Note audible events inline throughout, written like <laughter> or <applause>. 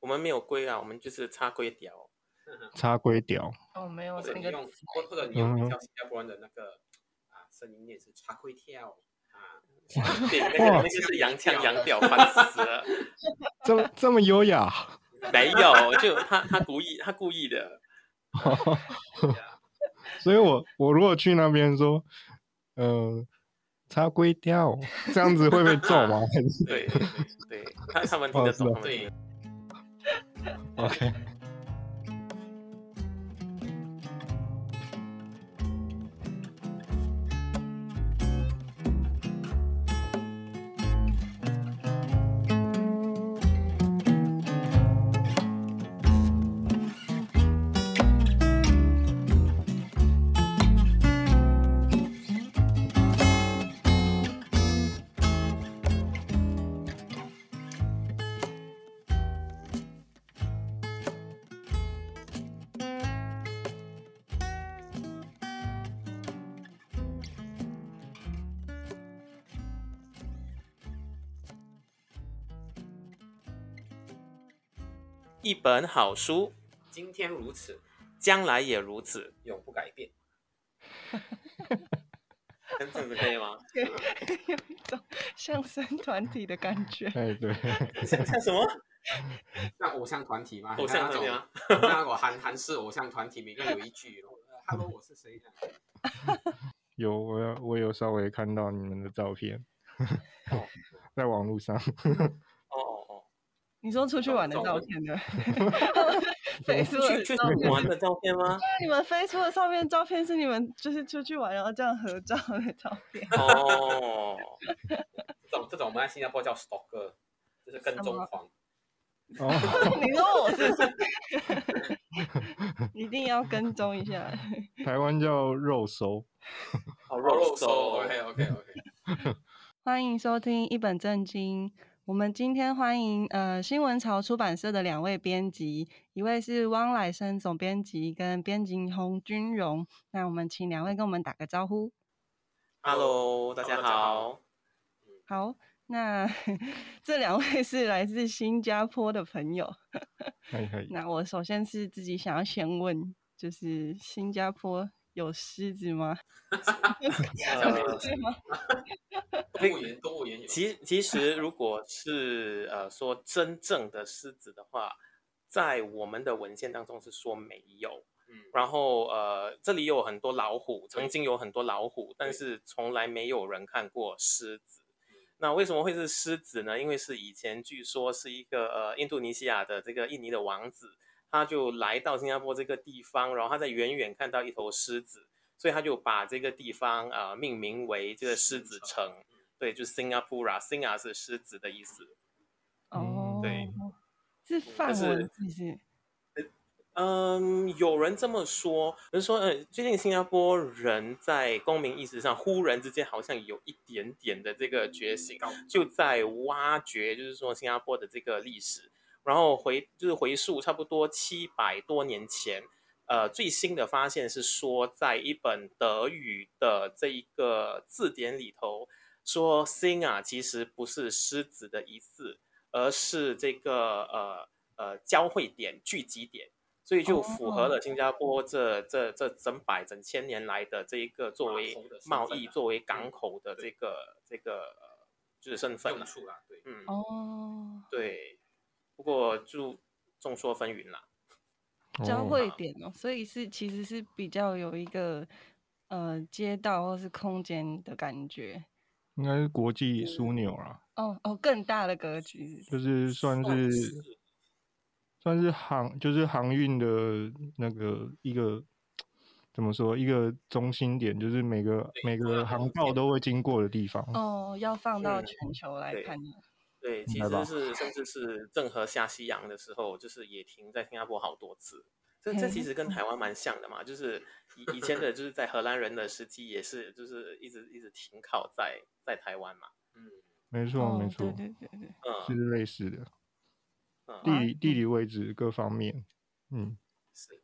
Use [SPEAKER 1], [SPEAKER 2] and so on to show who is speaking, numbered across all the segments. [SPEAKER 1] 我们没有龟啊，我们就是插龟屌，
[SPEAKER 2] 插嗯龟屌，
[SPEAKER 3] 哦，没有
[SPEAKER 1] 或
[SPEAKER 3] 这
[SPEAKER 1] 者
[SPEAKER 3] 个
[SPEAKER 1] 你
[SPEAKER 3] 词
[SPEAKER 1] 用或或者你用比较新加坡人的那个啊声音念是插龟跳啊，对，那个
[SPEAKER 2] 哇
[SPEAKER 1] 那个就是洋腔洋调，烦死了。
[SPEAKER 2] 这么这么优雅， <laughs>
[SPEAKER 1] 没有，就他他故意他故意的，
[SPEAKER 2] 所以我我如果去那边说，呃，插龟屌，这样子会被揍
[SPEAKER 3] <laughs>
[SPEAKER 2] 吗 <laughs> 还是
[SPEAKER 1] 对对对，对他他们听得懂，
[SPEAKER 2] 哦是啊
[SPEAKER 1] 他们听得懂
[SPEAKER 2] ？OK，
[SPEAKER 1] 一本好书，今天如此，将来也如此，永不改变。这样子可以吗？
[SPEAKER 3] 有一种 <laughs> 相声团体的感觉。
[SPEAKER 2] 哎对，
[SPEAKER 1] 像像什么
[SPEAKER 4] 像偶像团体嘛，啊
[SPEAKER 1] 偶像
[SPEAKER 4] 那
[SPEAKER 1] 对
[SPEAKER 4] 种
[SPEAKER 1] 吗？
[SPEAKER 4] 那我韩韩式偶像团体，每个人有一句 <laughs> 哦呃，“Hello，我是谁？”这样
[SPEAKER 2] 有我有我有稍微看到你们的照
[SPEAKER 3] <laughs>
[SPEAKER 2] 片，
[SPEAKER 3] 哦
[SPEAKER 2] 在网络上， <laughs>
[SPEAKER 1] 哦哦哦，
[SPEAKER 3] 你说出去玩的
[SPEAKER 1] 懂
[SPEAKER 3] 照
[SPEAKER 1] 懂
[SPEAKER 4] <laughs>
[SPEAKER 3] 片对不对？飞出
[SPEAKER 1] 去
[SPEAKER 3] 的
[SPEAKER 1] 去
[SPEAKER 3] 照片，
[SPEAKER 1] 玩的照片吗？
[SPEAKER 3] <laughs> 那你们飞出的照片照片是你们就是出去玩然后这样合照的照 <laughs> 片，
[SPEAKER 1] <laughs> 哦，
[SPEAKER 4] 这种这种我们在新加坡叫 stalker，就是跟踪狂。
[SPEAKER 2] 哦，
[SPEAKER 3] 你说我是不是？一定要跟踪一下。 <laughs>
[SPEAKER 2] 台湾叫肉搜，
[SPEAKER 1] 好
[SPEAKER 4] 哦肉
[SPEAKER 1] 肉
[SPEAKER 4] 搜
[SPEAKER 1] 搜，
[SPEAKER 4] ，OK OK <laughs> OK。
[SPEAKER 3] 欢迎收听一本正经。我们今天欢迎呃新闻潮出版社的两位编辑，一位是汪来生总编辑跟编辑洪君荣。那我们请两位跟我们打个招呼。
[SPEAKER 1] Hello，大哦家
[SPEAKER 4] 大家
[SPEAKER 1] 好
[SPEAKER 4] 好。
[SPEAKER 3] 好，那 <laughs> 这两位是来自新加坡的朋友。
[SPEAKER 2] 嘿嘿，
[SPEAKER 3] 那我首先是自己想要先问，就是新加坡有狮子
[SPEAKER 1] <laughs>
[SPEAKER 3] 吗？
[SPEAKER 1] 呃
[SPEAKER 3] 对吗？
[SPEAKER 4] 动物园，动物园有。
[SPEAKER 1] 其其实，如果是呃说真正的狮子的话，在我们的文献当中是说没有。
[SPEAKER 4] 嗯，
[SPEAKER 1] 然后呃，这里有很多老虎，曾经有很多老虎，但是从来没有人看过狮子。那为什么会是狮子呢？因为是以前据说是一个呃印度尼西亚的这个印尼的王子，他就来到新加坡这个地方，然后他在远远看到一头狮子，所以他就把这个地方呃命名为这个狮子城。嗯对，就是 Singapura，Singa 是狮子的意思。
[SPEAKER 2] 嗯
[SPEAKER 3] 哦，
[SPEAKER 1] 对，
[SPEAKER 3] 是范
[SPEAKER 1] 嗯是
[SPEAKER 3] 文是不是？
[SPEAKER 1] 嗯，有人这么说，有人说，呃，最近新加坡人在公民意识上忽然之间好像有一点点的这个觉醒，就在挖掘，就是说新加坡的这个历史，然后回就是回溯差不多七百多年前，呃，最新的发现是说，在一本德语的这一个字典里头，说 “sing” 啊，其实不是狮子的意思，而是这个呃呃交汇点、聚集点。所以就符合
[SPEAKER 4] 哦
[SPEAKER 1] 了新加坡这这这整百整千年来的这一个作为
[SPEAKER 4] 码头的身份啊
[SPEAKER 1] 贸易、作为港口的这个这个呃就是身份
[SPEAKER 4] 用
[SPEAKER 1] 了。
[SPEAKER 4] 处啦，对。
[SPEAKER 1] 嗯，
[SPEAKER 3] 哦，
[SPEAKER 1] 对。不过就众说纷纭啦。
[SPEAKER 3] 交
[SPEAKER 2] 哦
[SPEAKER 3] 汇点哦，所以是其实是比较有一个呃街道或是空间的感觉。
[SPEAKER 2] 应该是国际枢纽啦，
[SPEAKER 3] 哦哦，更大的格局是不
[SPEAKER 2] 就是是算
[SPEAKER 1] 算
[SPEAKER 2] 是算是航，就是航运的那个一个怎么说一个中心点，就是每个每
[SPEAKER 4] 重
[SPEAKER 2] 个
[SPEAKER 4] 要的
[SPEAKER 2] 航
[SPEAKER 4] 路
[SPEAKER 2] 道
[SPEAKER 4] 线
[SPEAKER 2] 都会经过的地方。
[SPEAKER 3] 哦，要放到
[SPEAKER 1] 嗯
[SPEAKER 3] 全球来
[SPEAKER 1] 对
[SPEAKER 3] 看的。
[SPEAKER 1] 对，其
[SPEAKER 2] 明白吧
[SPEAKER 1] 实是甚至是郑和下西洋的时候，就是也停在新加坡好多次。这这
[SPEAKER 3] 嘿
[SPEAKER 1] 其实跟台湾蛮像的嘛，就是以以前的就是在荷兰人的时期也是，就是一直一直停靠在在台湾嘛。
[SPEAKER 4] 嗯，
[SPEAKER 2] 没错，
[SPEAKER 3] 哦，
[SPEAKER 2] 没
[SPEAKER 3] 对
[SPEAKER 2] 错，
[SPEAKER 3] 对对对，
[SPEAKER 2] 就
[SPEAKER 1] 嗯
[SPEAKER 2] 是类似的地
[SPEAKER 1] 嗯，
[SPEAKER 3] 哇
[SPEAKER 2] 理地理位置各方面，嗯，
[SPEAKER 1] 是，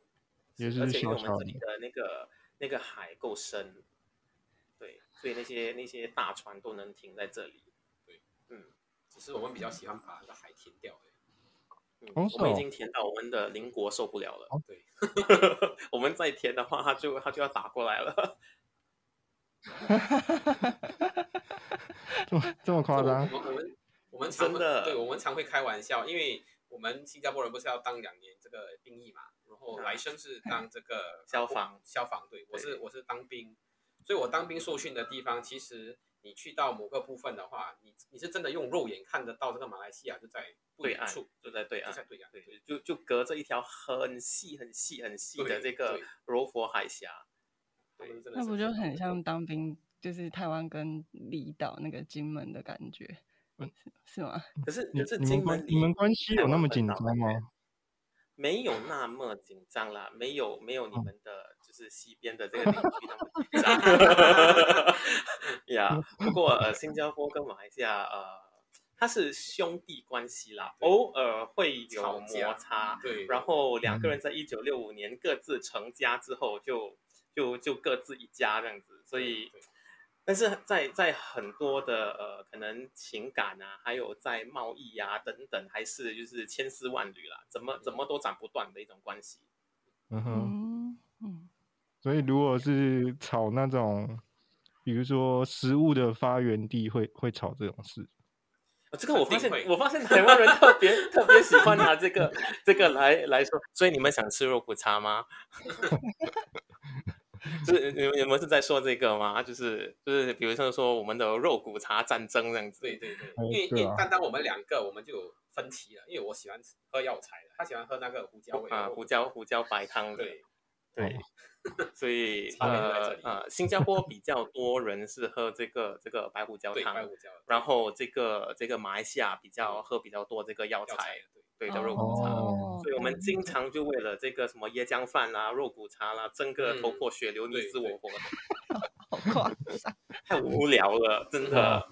[SPEAKER 2] 也是
[SPEAKER 1] 而且因为我
[SPEAKER 2] 小
[SPEAKER 1] 们
[SPEAKER 2] 小
[SPEAKER 1] 这里
[SPEAKER 2] 的
[SPEAKER 1] 的那个那个海够深，对，所以那些那些大船都能停在这里。
[SPEAKER 4] 只是我们比较喜欢把那个海填掉而已。
[SPEAKER 1] 嗯
[SPEAKER 2] 哦
[SPEAKER 1] 我们已
[SPEAKER 2] 是哦
[SPEAKER 1] 经填到我们的邻国受不了了
[SPEAKER 2] 哦。
[SPEAKER 1] 对， <laughs> 我们再填的话，他就他就要打过来了。
[SPEAKER 2] 这么这么夸张？
[SPEAKER 4] 我我们我们常
[SPEAKER 1] 真的
[SPEAKER 4] 对我们常会开玩笑，因为我们新加坡人不是要当两年这个兵役嘛，然后
[SPEAKER 1] 啊
[SPEAKER 4] 来生是当这个
[SPEAKER 1] 消防
[SPEAKER 4] 消防队，我是
[SPEAKER 1] 对
[SPEAKER 4] 我是当兵，所以我当兵受训的地方，其实你去到某个部分的话，你你是真的用肉眼看得到这个马来西亚就在不
[SPEAKER 1] 对
[SPEAKER 4] 远
[SPEAKER 1] 岸
[SPEAKER 4] 处，
[SPEAKER 1] 就在对岸
[SPEAKER 4] 就在，对岸，对
[SPEAKER 1] 就就隔着一条很细、很细、很细的这个
[SPEAKER 4] 对
[SPEAKER 1] 柔佛海峡。
[SPEAKER 4] 他们真的
[SPEAKER 3] 那
[SPEAKER 4] 是
[SPEAKER 3] 不就
[SPEAKER 4] 非常
[SPEAKER 3] 很
[SPEAKER 4] 的
[SPEAKER 3] 像当兵，就是台湾跟离岛那个金门的感觉，
[SPEAKER 2] 嗯
[SPEAKER 3] 是是吗？
[SPEAKER 1] 可是
[SPEAKER 2] 你
[SPEAKER 1] 可是
[SPEAKER 2] 你
[SPEAKER 1] 金
[SPEAKER 2] 们关
[SPEAKER 1] 门离
[SPEAKER 2] 你们关系有那么紧张吗？
[SPEAKER 1] 没有那么紧张啦，没有没
[SPEAKER 2] 嗯
[SPEAKER 1] 有你们的就是西边的
[SPEAKER 2] <laughs>
[SPEAKER 1] 这个地区那么紧张。 <laughs>
[SPEAKER 2] 嗯
[SPEAKER 1] 呀，不过呃，新加坡跟马来西亚呃，它是兄弟关系啦，偶尔会有
[SPEAKER 4] 吵架
[SPEAKER 1] 摩擦，
[SPEAKER 4] 对，
[SPEAKER 1] 然后两个人在一九六五年各自成家之后就，就就各自一家这样子，所以
[SPEAKER 4] 对对，
[SPEAKER 1] 但是在在很多的呃，可能情感啊，还有在贸易啊等等，还是就是千丝万缕啦，怎么怎么都斩不断的一种关系。
[SPEAKER 2] 嗯哼，
[SPEAKER 3] 嗯嗯，
[SPEAKER 2] 所以如果是吵那种，比如说食物的发源地会会吵这种事，
[SPEAKER 1] 呃这个我发
[SPEAKER 4] 肯定
[SPEAKER 1] 现，
[SPEAKER 4] 会
[SPEAKER 1] 我发现台湾人特别特别喜欢拿这个这个来来说，所以你们想吃肉骨茶吗？ <laughs> 就是你们你们是在说这个吗？就是就是，比如像说我们的肉骨茶战争这样子，
[SPEAKER 4] 对对对，
[SPEAKER 2] 嗯
[SPEAKER 4] 因为、
[SPEAKER 2] 对啊
[SPEAKER 4] 因为单单我们两个，我们就有分歧了。因为我喜欢吃喝药材的，他喜欢喝那个胡椒味的
[SPEAKER 1] 啊，
[SPEAKER 4] 我
[SPEAKER 1] 胡椒胡椒白汤的，
[SPEAKER 4] 对，
[SPEAKER 1] 对，所以
[SPEAKER 4] 差别就在这
[SPEAKER 1] 呃
[SPEAKER 4] 里 <laughs>
[SPEAKER 1] 呃，新加坡比较多人是喝这个这个白胡椒
[SPEAKER 4] 对白
[SPEAKER 1] 汤，
[SPEAKER 4] 胡椒的，
[SPEAKER 1] 然后这个这个马来西亚比较喝比较多这个药
[SPEAKER 4] 药材
[SPEAKER 1] 材，
[SPEAKER 4] 的，对，
[SPEAKER 1] 对
[SPEAKER 3] 哦
[SPEAKER 1] 叫肉骨茶。
[SPEAKER 2] 哦
[SPEAKER 1] 所以我们经常就为了这个什么椰浆饭啦、肉骨茶啦，争个头
[SPEAKER 4] 嗯
[SPEAKER 1] 破血流、你
[SPEAKER 4] 对
[SPEAKER 1] 死我
[SPEAKER 4] 对
[SPEAKER 1] 活的，
[SPEAKER 3] 好夸张，
[SPEAKER 1] 太无聊了，真的。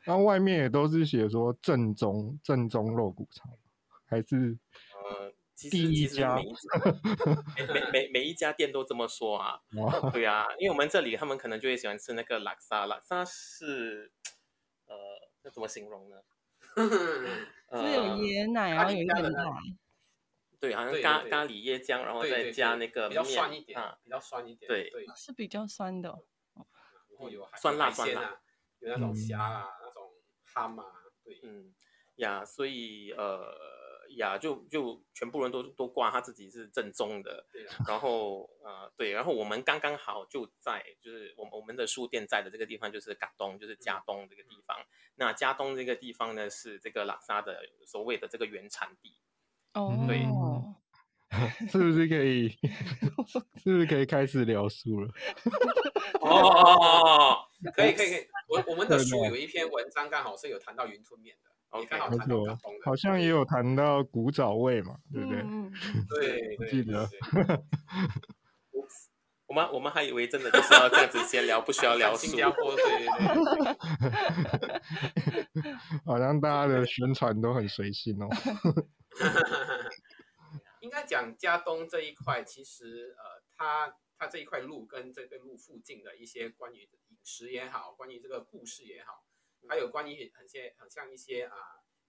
[SPEAKER 2] 然后外面也都是写说正宗正宗肉骨茶，还是
[SPEAKER 4] 嗯
[SPEAKER 1] 呃，其
[SPEAKER 2] 第
[SPEAKER 1] 实
[SPEAKER 2] 一
[SPEAKER 1] 其实
[SPEAKER 2] 家
[SPEAKER 1] 每一家每每每每一家店都这么说啊。
[SPEAKER 4] <laughs>
[SPEAKER 2] 哇，
[SPEAKER 1] 对啊，因为我们这里他们可能就会喜欢吃那个拉萨，拉萨是呃，那怎么形容呢？
[SPEAKER 3] 是有
[SPEAKER 1] 呃，
[SPEAKER 3] 椰奶，然
[SPEAKER 4] 咖
[SPEAKER 3] 后
[SPEAKER 4] 喱
[SPEAKER 3] 有一
[SPEAKER 4] 加
[SPEAKER 3] 点
[SPEAKER 4] 的
[SPEAKER 3] 奶
[SPEAKER 4] 那，
[SPEAKER 1] 啊对，好像
[SPEAKER 4] 对
[SPEAKER 1] 咖
[SPEAKER 4] 对对
[SPEAKER 1] 咖喱椰浆， <laughs> 然后
[SPEAKER 4] 对对
[SPEAKER 1] 再
[SPEAKER 4] 对
[SPEAKER 1] 加那个
[SPEAKER 4] 比较
[SPEAKER 1] 面
[SPEAKER 4] 酸一点，
[SPEAKER 1] 啊，
[SPEAKER 4] 比较酸一点，
[SPEAKER 1] 对
[SPEAKER 4] 对，然
[SPEAKER 3] 是比较酸的哦、
[SPEAKER 4] 后有海
[SPEAKER 1] 酸辣
[SPEAKER 4] 海鲜啊，有那种
[SPEAKER 2] 嗯
[SPEAKER 4] 虾啊，那种蛤嘛，对，
[SPEAKER 1] 嗯呀，所以呃呀，就就全部人都都挂他自己是正宗的，
[SPEAKER 4] 对
[SPEAKER 1] <laughs>
[SPEAKER 4] 啊，
[SPEAKER 1] 然后呃对，然后我们刚刚好就在就是我们我们的书店在的这个地方就是嘎东，就是加东这个地方。那加东这个地方呢是这个拉萨的所谓的这个原产地。
[SPEAKER 3] 哦，
[SPEAKER 2] 嗯对是不是可以是不是可以开始聊书了？
[SPEAKER 1] 哦哦哦
[SPEAKER 4] 可以可以可以。我我们的
[SPEAKER 2] 对
[SPEAKER 4] 书
[SPEAKER 2] 对
[SPEAKER 4] 有一篇文章刚好是有谈到云吞面的，也
[SPEAKER 1] OK
[SPEAKER 4] 刚好谈到
[SPEAKER 2] 没错
[SPEAKER 4] 广东的，
[SPEAKER 2] 好像也有谈到古早味嘛，对不对？
[SPEAKER 3] 嗯嗯
[SPEAKER 4] 对，对
[SPEAKER 2] 记得。
[SPEAKER 4] 对对
[SPEAKER 1] 我们我们还以为真的就是要这样子闲聊，不需要聊
[SPEAKER 4] 谈
[SPEAKER 1] 书
[SPEAKER 4] 新。加坡，对对对对，
[SPEAKER 2] 好像大家的宣传都很随性哦。
[SPEAKER 4] 应该讲加东这一块，其实呃，它它这一块路跟这个路附近的一些关于饮食也好，关于这个故事也好，还有关于很些很像一些啊、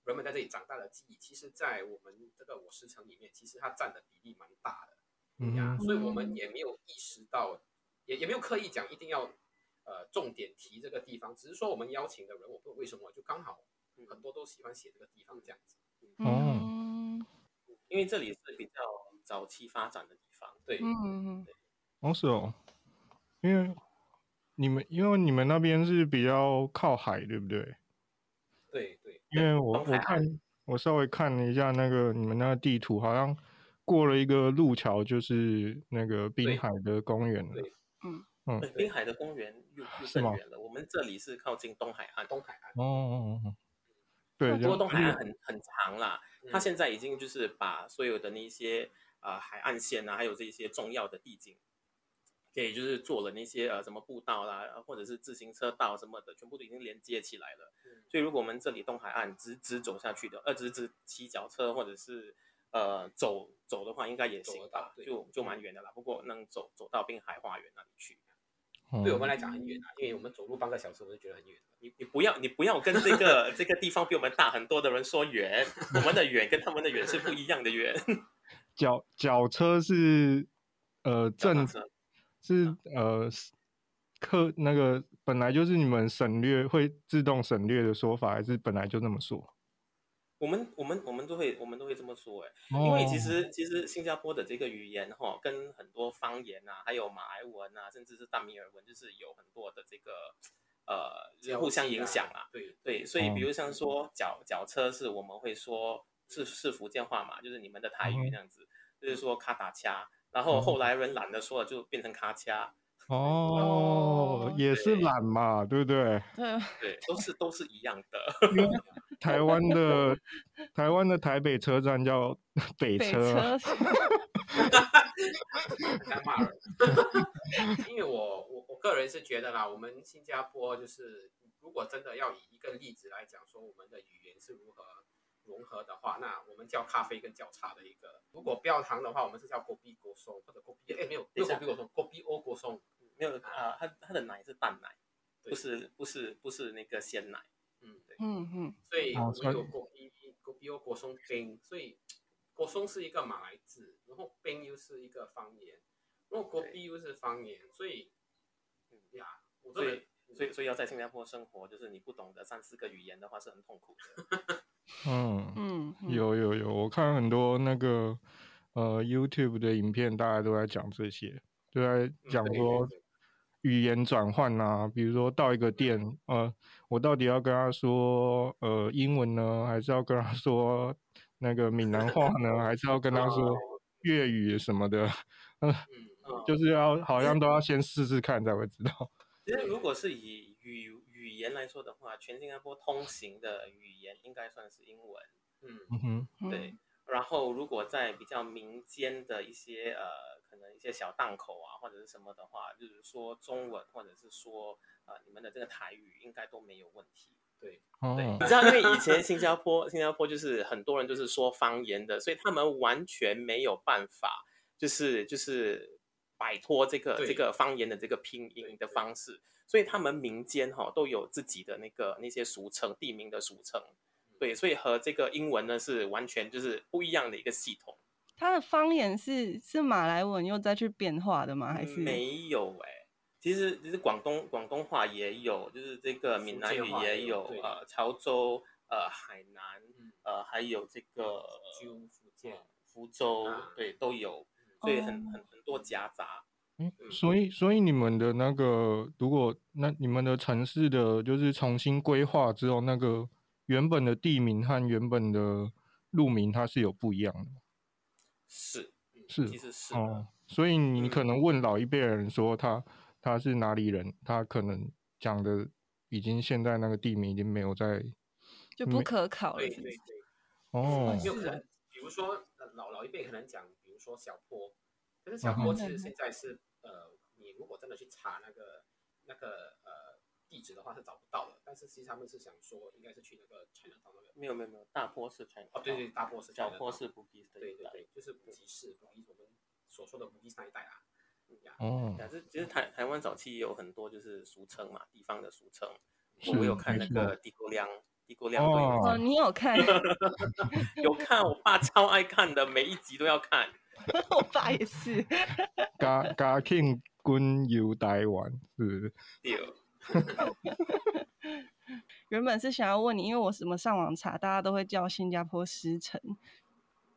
[SPEAKER 4] 人们在这里长大的记忆，其实，在我们这个我师城里面，其实它占的比例蛮大的呀，
[SPEAKER 2] 嗯，
[SPEAKER 4] 所以我们也没有意识到，也也没有刻意讲一定要呃重点提这个地方，只是说我们邀请的人，我不知道为什么就刚好很多都喜欢写这个地方这样子，
[SPEAKER 2] 哦
[SPEAKER 3] 嗯
[SPEAKER 1] 因为这里是比较早期发展的地方。
[SPEAKER 4] 对。
[SPEAKER 3] 嗯，
[SPEAKER 2] 哦是哦，因为你们因为你们那边是比较靠海，对不对？
[SPEAKER 4] 对对，
[SPEAKER 2] 因为我
[SPEAKER 1] 东海
[SPEAKER 2] 我
[SPEAKER 1] 岸
[SPEAKER 2] 看我稍微看了一下那个你们那个地图，好像过了一个路桥就是那个滨
[SPEAKER 4] 对
[SPEAKER 2] 海的公园了
[SPEAKER 4] 对。
[SPEAKER 1] 哎滨海的公园又又
[SPEAKER 2] 是
[SPEAKER 1] 更
[SPEAKER 2] 吗
[SPEAKER 1] 远了，我们这里是靠近东海岸。
[SPEAKER 4] 东海岸，
[SPEAKER 2] 哦哦哦，哦对，
[SPEAKER 1] 不过
[SPEAKER 2] 然
[SPEAKER 1] 东
[SPEAKER 2] 后
[SPEAKER 1] 海岸很很长啦，它
[SPEAKER 4] 嗯
[SPEAKER 1] 现在已经就是把所有的那些呃海岸线啊，还有这些重要的地景，给就是做了那些呃什么步道啦，或者是自行车道什么的，全部都已经连接起来了。
[SPEAKER 4] 嗯
[SPEAKER 1] 所以如果我们这里东海岸直直走下去的，呃，直直骑脚车或者是呃走走的话，应该也
[SPEAKER 4] 走
[SPEAKER 1] 行
[SPEAKER 4] 得到
[SPEAKER 1] 吧，
[SPEAKER 4] 对嗯
[SPEAKER 1] 就就蛮远的啦。不过能走走到滨海花园那里去。
[SPEAKER 2] 嗯
[SPEAKER 4] 对我们来讲很远啊，因为我们走路半个小时，我们就觉得很远了。
[SPEAKER 1] 你你不要你不要跟这个这个地方比我们大很多的人说远，我们的远跟他们的远是不一样的远。
[SPEAKER 2] 脚脚车是呃
[SPEAKER 1] 脚踏
[SPEAKER 2] <laughs> <laughs> 正
[SPEAKER 1] 车嗯
[SPEAKER 2] 是呃客那个本来就是你们省略会自动省略的说法，还是本来就那么说？
[SPEAKER 1] 我们我们我们都会我们都会这么说哎，
[SPEAKER 2] 哦
[SPEAKER 1] 因为其实其实新加坡的这个语言哈、跟很多方言啊，还有马来文啊，甚至是淡米尔文，就是有很多的这个呃互相影响啊。
[SPEAKER 4] 对，
[SPEAKER 1] 对，所以比
[SPEAKER 2] 哦
[SPEAKER 1] 如像说脚脚车是我们会说是是福建话嘛，就是你们的台
[SPEAKER 2] 嗯
[SPEAKER 1] 语那样子，就是说咔打掐，然后后来人懒得说了，就变成咔掐，
[SPEAKER 2] 哦，
[SPEAKER 3] 哦
[SPEAKER 2] 也是
[SPEAKER 1] 对
[SPEAKER 2] 懒嘛，对不对？
[SPEAKER 3] 对，
[SPEAKER 1] 对，都是都是一样的。 <laughs>
[SPEAKER 2] 台湾的台湾的台北车站叫 <laughs> 北
[SPEAKER 3] 北
[SPEAKER 2] 车啊，
[SPEAKER 3] 车
[SPEAKER 4] 在骂人。 <laughs> 因为我我我个人是觉得啦，我们新加坡就是如果真的要以一个例子来讲说我们的语言是如何融合的话，那我们叫咖啡跟叫茶的一个，如果不要糖的话，我们是叫 kopi o 松或者 kopi 哎没有，没
[SPEAKER 1] 等一
[SPEAKER 4] 有
[SPEAKER 1] 下
[SPEAKER 4] kopi o 松，kopi o 嗯果松，
[SPEAKER 1] 没有啊，它它的奶是淡奶，
[SPEAKER 4] 对
[SPEAKER 1] 不是不是不是那个鲜奶。
[SPEAKER 4] 嗯对，
[SPEAKER 3] 嗯嗯，
[SPEAKER 4] 所以
[SPEAKER 2] 哦
[SPEAKER 4] 我
[SPEAKER 2] 所以
[SPEAKER 4] 们有 kopi kopi o 果松冰，所以果松是一个马来字，然后冰又是一个方言，然后 kopi 又是方言，所以
[SPEAKER 1] 嗯
[SPEAKER 4] 呀，我
[SPEAKER 1] 所
[SPEAKER 4] 这
[SPEAKER 1] 以
[SPEAKER 4] 里。
[SPEAKER 1] 所以所以要在新加坡生活，就是你不懂得三四个语言的话是很痛苦的。
[SPEAKER 2] 嗯，
[SPEAKER 3] 嗯，嗯，
[SPEAKER 2] 有有有，我看很多那个呃 YouTube 的影片，大家都在讲这些，就在讲
[SPEAKER 4] 对
[SPEAKER 2] 说
[SPEAKER 4] 对
[SPEAKER 2] 语言转换啊，比如说到一个店，呃，我到底要跟他说呃英文呢，还是要跟他说那个闽南话呢，还是要跟他说粤语什么的，
[SPEAKER 4] 嗯
[SPEAKER 1] 嗯，
[SPEAKER 2] 就是要好像都要先试试看才会知道。
[SPEAKER 1] 其实如果是以语语言来说的话，全新加坡通行的语言应该算是英文。
[SPEAKER 4] 嗯
[SPEAKER 2] 嗯哼，
[SPEAKER 3] 嗯
[SPEAKER 1] 对，然后如果在比较民间的一些呃，可能一些小档口啊，或者是什么的话，就是说中文，或者是说呃你们的这个台语，应该都没有问题。对，
[SPEAKER 2] 哦
[SPEAKER 1] 你，知道，因为以前新加坡，新加坡就是很多人就是说方言的，所以他们完全没有办法，就是就是摆脱这个
[SPEAKER 4] 对
[SPEAKER 1] 这个方言的这个拼音的方式，所以他们民间哈、都有自己的那个那些俗称地名的俗称，对，所以和这个英文呢是完全就是不一样的一个系统，
[SPEAKER 3] 它的方言是是马来文又再去变化的吗？还是
[SPEAKER 1] 嗯没有哎、其实其实广东广东话也有，就是这个闽南
[SPEAKER 4] 福
[SPEAKER 1] 语
[SPEAKER 4] 建话也
[SPEAKER 1] 也
[SPEAKER 4] 有
[SPEAKER 1] 有，
[SPEAKER 4] 对
[SPEAKER 1] 呃，潮州呃海南
[SPEAKER 4] 嗯，
[SPEAKER 1] 呃还有这个。
[SPEAKER 4] 就福建
[SPEAKER 1] 呃，福州
[SPEAKER 4] 啊，
[SPEAKER 1] 对，都有，所以很
[SPEAKER 3] 哦
[SPEAKER 1] 很很多夹杂。
[SPEAKER 2] 诶
[SPEAKER 4] 嗯
[SPEAKER 2] 所以所以你们的那个，如果那你们的城市的就是重新规划之后，那个原本的地名和原本的路名它是有不一样的吗，
[SPEAKER 1] 是
[SPEAKER 2] 是
[SPEAKER 1] 其实是的
[SPEAKER 2] 哦。所以你
[SPEAKER 1] 嗯
[SPEAKER 2] 可能问老一辈的人说他他是哪里人，他可能讲的已经现在那个地名已经没有在
[SPEAKER 3] 就
[SPEAKER 2] 没
[SPEAKER 3] 不可考了
[SPEAKER 4] 对
[SPEAKER 3] 是不
[SPEAKER 4] 对
[SPEAKER 3] 是？
[SPEAKER 4] 对，
[SPEAKER 2] <laughs> 哦
[SPEAKER 4] 有
[SPEAKER 3] 是
[SPEAKER 4] 可
[SPEAKER 3] 的
[SPEAKER 1] 啊
[SPEAKER 4] 能，比如说呃老老一辈可能讲，比如说小坡，可是小
[SPEAKER 2] 嗯哼
[SPEAKER 4] 坡其实现在是呃，你如果真的去查那个那个呃地址的话是找不到的，但是其实他们是想说应该是去那个 China 岛那边，
[SPEAKER 1] 没有没有没有，大坡是 China，
[SPEAKER 4] 哦对对，大坡是
[SPEAKER 1] 小
[SPEAKER 4] Chinatown
[SPEAKER 1] 坡是 Bugis 的
[SPEAKER 4] 对
[SPEAKER 1] 一
[SPEAKER 4] 对
[SPEAKER 1] 带。
[SPEAKER 4] 对，就是普吉市，普吉我们所说的普吉那一带啊，
[SPEAKER 1] 嗯
[SPEAKER 4] 呀，
[SPEAKER 2] 哦，
[SPEAKER 1] 但是其实台台湾早期也有很多就是俗称嘛，地方的俗称。
[SPEAKER 2] 是
[SPEAKER 1] 我我有看那
[SPEAKER 2] 没错
[SPEAKER 1] 个地沟粮，地沟粮都有
[SPEAKER 2] 哦
[SPEAKER 3] 哦，你有
[SPEAKER 1] <laughs>
[SPEAKER 3] 看？
[SPEAKER 1] 有看，我爸超爱看的，每一集都要看。
[SPEAKER 3] 我爸也是。
[SPEAKER 2] 嘎嘎 king 滚游台湾是不是？
[SPEAKER 1] 对，
[SPEAKER 3] 原本是想要问你，因为我什么上网查，大家都会叫新加坡狮城，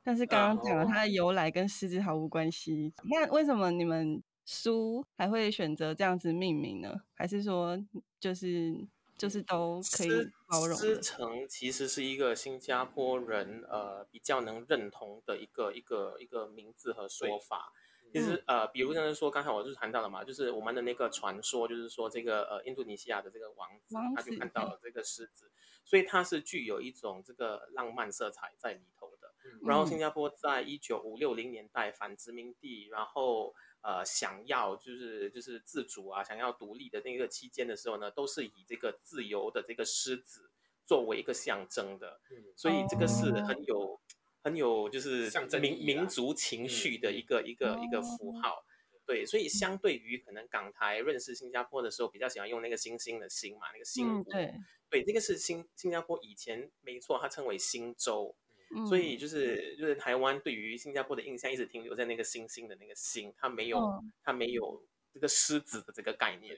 [SPEAKER 3] 但是刚刚讲了
[SPEAKER 4] 哦
[SPEAKER 3] 它的由来跟狮子毫无关系。那为什么你们书还会选择这样子命名呢？还是说就是就是都可以
[SPEAKER 1] 狮
[SPEAKER 3] 包容
[SPEAKER 1] 狮
[SPEAKER 3] 的？
[SPEAKER 1] 城其实是一个新加坡人呃比较能认同的一个一个一个名字和说
[SPEAKER 4] 对
[SPEAKER 1] 法。其
[SPEAKER 3] 嗯
[SPEAKER 1] 实呃，比如像是说，刚才我就谈到了嘛，就是我们的那个传说，就是说这个呃，印度尼西亚的这个王子，
[SPEAKER 3] 王
[SPEAKER 1] 他就
[SPEAKER 3] 子
[SPEAKER 1] 看到了这个狮子，所以它是具有一种这个浪漫色彩在里头的。然后
[SPEAKER 4] 嗯
[SPEAKER 1] 新加坡在一九五六零年代反殖民地，然后呃想要就是就是自主啊，想要独立的那个期间的时候呢，都是以这个自由的这个狮子作为一个象征的，
[SPEAKER 4] 嗯
[SPEAKER 1] 所以这个是
[SPEAKER 3] 哦
[SPEAKER 1] 很有很有就是
[SPEAKER 4] 象征
[SPEAKER 1] 民
[SPEAKER 4] 意义啊嗯哦
[SPEAKER 1] 民族情绪的一个一个一个符号。对，所以相对于可能港台认识新加坡的时候，比较喜欢用那个星星的星嘛，那个星
[SPEAKER 3] 嗯，
[SPEAKER 1] 谷
[SPEAKER 3] 对，
[SPEAKER 1] 对，这个是新新加坡以前没错，它称为新州，
[SPEAKER 3] 嗯、
[SPEAKER 1] 所以就是就是台湾对于新加坡的印象一直停留在那个星星的那个星，它没有、
[SPEAKER 3] 嗯
[SPEAKER 1] 它没有这个狮子的这个概念，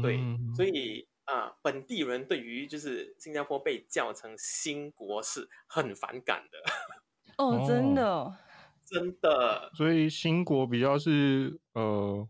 [SPEAKER 1] 对
[SPEAKER 2] 嗯
[SPEAKER 1] 所以啊、本地人对于就是新加坡被叫成新国是很反感的， <laughs>
[SPEAKER 3] 哦，真的哦，
[SPEAKER 1] 真的，
[SPEAKER 2] 所以新国比较是呃，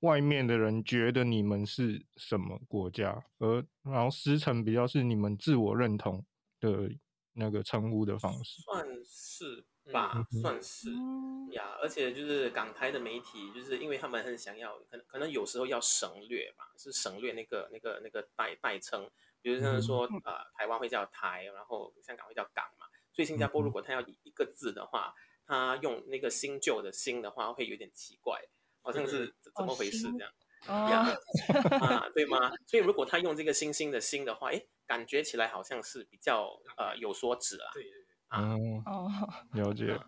[SPEAKER 2] 外面的人觉得你们是什么国家，而然后师承比较是你们自我认同的那个称呼的方式。
[SPEAKER 1] 算是吧，
[SPEAKER 2] 嗯
[SPEAKER 1] 算是。
[SPEAKER 3] 嗯
[SPEAKER 1] 呀，而且就是港台的媒体，就是因为他们很想要，可能可能有时候要省略吧，是省略那个那个那个代代称，比如像
[SPEAKER 2] 嗯
[SPEAKER 1] 是说呃台湾会叫台，然后香港会叫港嘛，所以新加坡如果它要以一个字的话，它用那个新旧的新的话会有点奇怪，好像是怎怎么回事这样。呀
[SPEAKER 3] 哦，
[SPEAKER 1] 啊，对吗？所以如果他用这个星星的星的话，诶，感觉起来好像是比较呃有所指啊。
[SPEAKER 4] 对对对，
[SPEAKER 1] 啊
[SPEAKER 2] 嗯，
[SPEAKER 3] 哦，
[SPEAKER 2] 了解，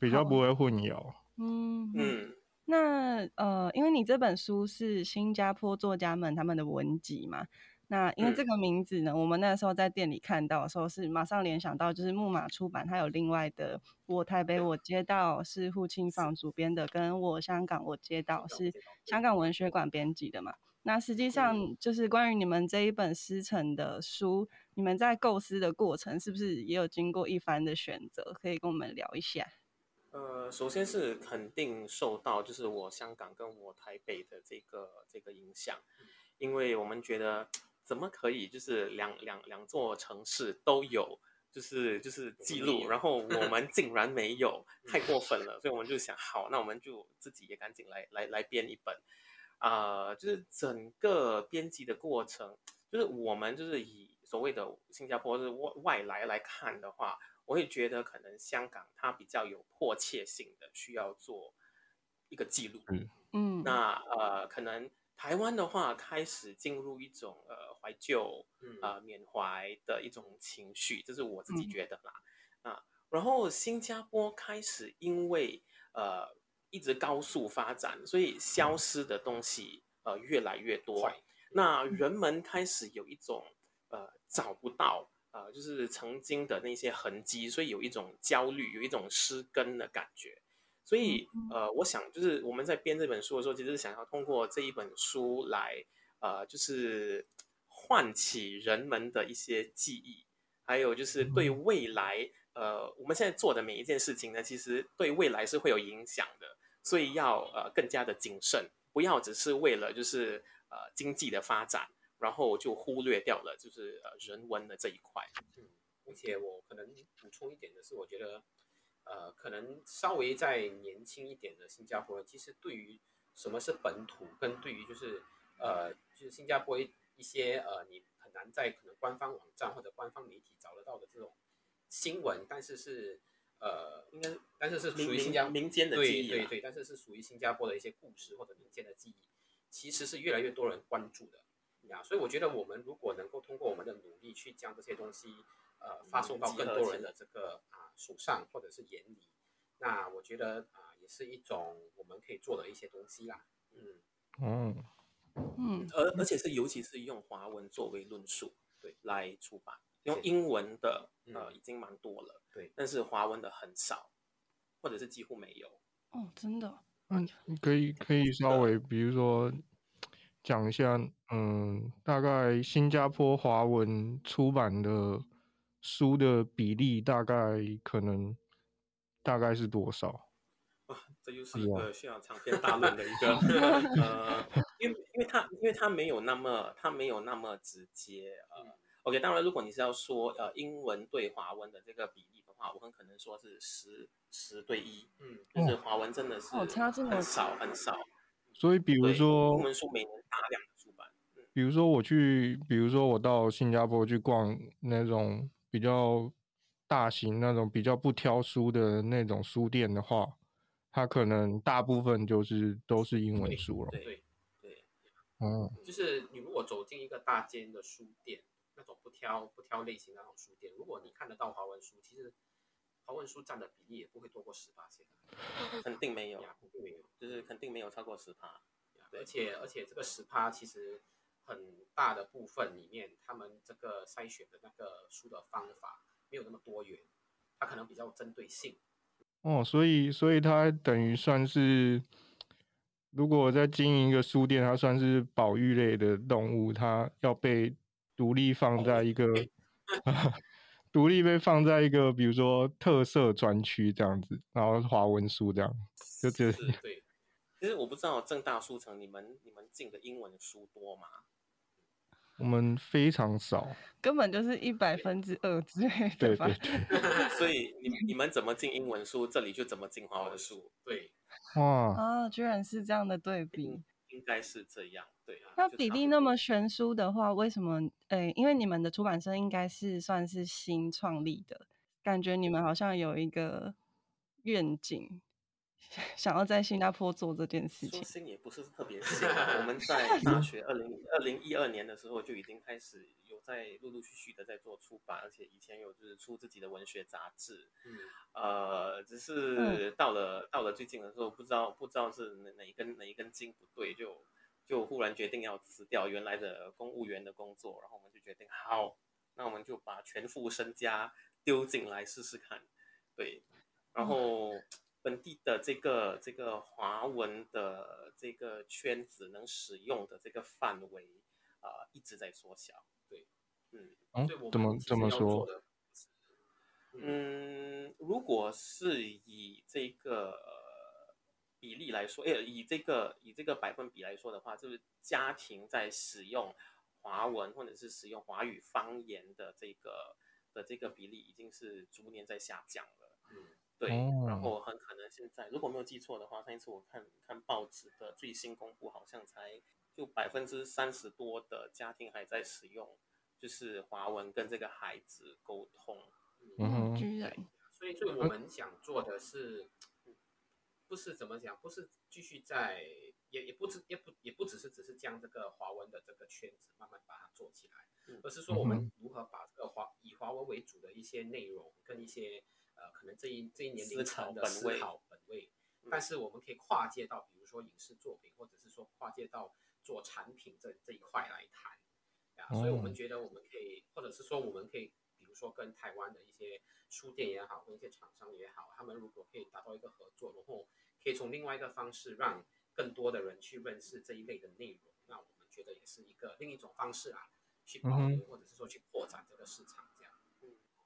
[SPEAKER 2] 比较不会混淆。
[SPEAKER 3] 嗯，
[SPEAKER 1] 嗯，
[SPEAKER 3] 那呃，因为你这本书是新加坡作家们他们的文集嘛，那因为这
[SPEAKER 1] 嗯
[SPEAKER 3] 个名字呢，我们那时候在店里看到的时候是马上联想到就是木马出版，它有另外的《我台北我街道》是胡庆芳主编的，跟我香港我街道是香港文学馆编辑的嘛。那实际上就是关于你们这一本师承的书，你们在构思的过程是不是也有经过一番的选择？可以跟我们聊一下。
[SPEAKER 1] 呃，首先是肯定受到就是我香港跟我台北的这个这个影响，因为我们觉得怎么可以就是两两两座城市都有。就是就是记
[SPEAKER 4] 我们没
[SPEAKER 1] 录，
[SPEAKER 4] 有
[SPEAKER 1] 然后我们竟然没有，
[SPEAKER 4] <laughs> 嗯
[SPEAKER 1] 太过分了，所以我们就想，好，那我们就自己也赶紧来来来编一本，啊、就是整个编辑的过程，就是我们就是以所谓的新加坡是外外来来看的话，我会觉得可能香港它比较有迫切性的需要做一个记录。
[SPEAKER 2] 嗯
[SPEAKER 3] 嗯，
[SPEAKER 1] 那呃，可能台湾的话开始进入一种呃怀旧、
[SPEAKER 4] 嗯
[SPEAKER 1] 呃缅怀的一种情绪，这是我自己
[SPEAKER 3] 嗯
[SPEAKER 1] 觉得啦。啊，然后新加坡开始因为呃一直高速发展，所以消失的东西呃越来越多
[SPEAKER 4] 快。
[SPEAKER 1] 那人们开始有一种呃找不到呃就是曾经的那些痕迹，所以有一种焦虑，有一种失根的感觉。所以呃，我想就是我们在编这本书的时候，其实是想要通过这一本书来呃，就是唤起人们的一些记忆，还有就是对未来呃，我们现在做的每一件事情呢，其实对未来是会有影响的，所以要呃更加的谨慎，不要只是为了就是呃经济的发展。然后就忽略掉了，就是呃人文的这一块。
[SPEAKER 4] 而且我可能补充一点的是，我觉得，呃，可能稍微再年轻一点的新加坡人，其实对于什么是本土，跟对于就是呃，就是新加坡一一些呃，你很难在可能官方网站或者官方媒体找得到的这种新闻，但是是呃，应该是但是是
[SPEAKER 1] 民
[SPEAKER 4] 属于新
[SPEAKER 1] 民
[SPEAKER 4] 加
[SPEAKER 1] 民间的记忆啊
[SPEAKER 4] 对对
[SPEAKER 1] 啦
[SPEAKER 4] 对，但是是属于新加坡的一些故事或者民间的记忆，其实是越来越多人关注的。呀，所以我觉得我们如果能够通过我们的努力去将这些东西，呃，发送到
[SPEAKER 1] 嗯集
[SPEAKER 4] 更
[SPEAKER 1] 合
[SPEAKER 4] 多
[SPEAKER 1] 起
[SPEAKER 4] 人的这个啊手上或者是眼里，那我觉得啊也是一种我们可以做的一些东西啦。嗯，
[SPEAKER 2] 嗯，
[SPEAKER 3] 嗯
[SPEAKER 1] 而而且是尤其是用华文作为论述，
[SPEAKER 4] 对，
[SPEAKER 1] 来出版，用
[SPEAKER 4] 是
[SPEAKER 1] 英文的呃
[SPEAKER 4] 嗯
[SPEAKER 1] 已经蛮多了，
[SPEAKER 4] 对
[SPEAKER 1] 但是华文的很少，或者是几乎没有。
[SPEAKER 3] 哦，真的哦，
[SPEAKER 2] 嗯，可以可以稍微，比如说讲一下，嗯，大概新加坡华文出版的书的比例，大概可能大概是多少？
[SPEAKER 1] 这又是
[SPEAKER 2] 哎
[SPEAKER 1] 一
[SPEAKER 2] 呀
[SPEAKER 1] 个需要长篇大论嗯的一个呃，因为因为它因为它没有那么它没有那么直接
[SPEAKER 4] 嗯
[SPEAKER 1] 呃，OK，当然如果你是要说呃英文对华文的这个比例的话，我很可能说是十十对一，
[SPEAKER 4] 嗯，
[SPEAKER 1] 就是华文真的是
[SPEAKER 3] 哦差这么
[SPEAKER 1] 很少很少，
[SPEAKER 2] 所以，比如
[SPEAKER 1] 对
[SPEAKER 2] 说
[SPEAKER 1] 英，文书每年大量的出版，
[SPEAKER 2] 比如说我去，比如说我到新加坡去逛那种比较大型、那种比较不挑书的那种书店的话，它可能大部分就是都是英文
[SPEAKER 4] 对 <laughs>
[SPEAKER 2] 书了。
[SPEAKER 1] 对
[SPEAKER 4] 对。
[SPEAKER 2] 嗯
[SPEAKER 4] 就是你如果走进一个大间的书店，那种不挑不挑类型的那种书店，如果你看得到华文书，其实华文书占的比例也不会多过十八线，
[SPEAKER 1] 肯定没有，
[SPEAKER 4] 呀，不会有。
[SPEAKER 1] 就是肯定没有超过十趴。
[SPEAKER 4] 呀而且而且这个十趴其实很大的部分里面，他们这个筛选的那个书的方法没有那么多元，它可能比较针对性。
[SPEAKER 2] 哦，所以所以它等于算是，如果我在经营一个书店，它算是保育类的动物，它要被独立
[SPEAKER 4] 哦
[SPEAKER 2] 放在一个 <laughs> 独立被放在一个比如说特色专区这样子，然后华文书这样，就觉得
[SPEAKER 4] 是对，
[SPEAKER 1] 其实我不知道正大书城你们你们进的英文书多吗？
[SPEAKER 2] 我们非常少。
[SPEAKER 3] 根本就是一百分之二之类的
[SPEAKER 2] 对
[SPEAKER 3] 吧
[SPEAKER 2] 对。对，
[SPEAKER 1] <laughs> 所以你你们怎么进英文书，这里就怎么进华文书，
[SPEAKER 4] 对，
[SPEAKER 2] 哇，
[SPEAKER 3] 哦，居然是这样的对比。
[SPEAKER 1] 应该是这样，对啊。
[SPEAKER 3] 那
[SPEAKER 1] 就
[SPEAKER 3] 比
[SPEAKER 1] 差
[SPEAKER 3] 例
[SPEAKER 1] 不
[SPEAKER 3] 那
[SPEAKER 1] 多
[SPEAKER 3] 么悬殊的话，为什么？诶、因为你们的出版社应该是算是新创立的，感觉你们好像有一个愿景， <laughs> 想要在新加坡做这件事
[SPEAKER 1] 说
[SPEAKER 3] 情。
[SPEAKER 1] 新也不是特别新啊，
[SPEAKER 3] <laughs>
[SPEAKER 1] 我们在大学二零二零一二年的时候就已经开始有在陆陆续续的在做出版，而且以前有就是出自己的文学杂志，
[SPEAKER 4] 嗯，
[SPEAKER 1] 呃，只是到了、到了最近的时候，不知道不知道是哪哪一根哪一根筋不对，就就忽然决定要辞掉原来的公务员的工作，然后我们就决定好，那我们就把全副身家丢进来试试看，对，然后本地的这个这个华文的这个圈子能使用的这个范围啊、呃一直在缩小，
[SPEAKER 4] 对，
[SPEAKER 1] 嗯。
[SPEAKER 2] 嗯
[SPEAKER 4] 所以我，们
[SPEAKER 2] 怎么
[SPEAKER 4] 其实
[SPEAKER 2] 怎么
[SPEAKER 4] 要
[SPEAKER 2] 说
[SPEAKER 4] 做？的不是？嗯，
[SPEAKER 1] 嗯，如果是以这个呃比例来说，诶，以这个以这个百分比来说的话，就是家庭在使用华文或者是使用华语方言的这个的这个比例，已经是逐年在下降了。对，然
[SPEAKER 2] 哦
[SPEAKER 1] 后很可能现在，如果没有记错的话，上一次我看看报纸的最新公布，好像才就百分之三十多的家庭还在使用，就是华文跟这个孩子沟通。
[SPEAKER 2] 嗯
[SPEAKER 3] 嗯
[SPEAKER 2] 哼，
[SPEAKER 3] 居然
[SPEAKER 4] 所以，所以
[SPEAKER 1] 嗯
[SPEAKER 4] 我们想做的是，不是怎么讲，不是继续在，也也不只也不也不只是只是将这个华文的这个圈子慢慢把它做起来
[SPEAKER 1] 嗯，
[SPEAKER 4] 而是说我们如何把这个华以华文为主的一些内容跟一些呃可能这一这一年龄层的
[SPEAKER 1] 思考本位
[SPEAKER 4] 思考本位
[SPEAKER 1] 嗯，
[SPEAKER 4] 但是我们可以跨界到，比如说影视作品，或者是说跨界到做产品这这一块来谈。啊，所以我
[SPEAKER 2] 哦
[SPEAKER 4] 们觉得我们可以，或者是说我们可以，比如说跟台湾的一些书店也好，跟一些厂商也好，他们如果可以达到一个合作，然后可以从另外一个方式让更多的人去认识这一类的内容，那我们觉得也是一个另一种方式啊，去保
[SPEAKER 2] 嗯
[SPEAKER 4] 留或者是说去扩展这个市场这样。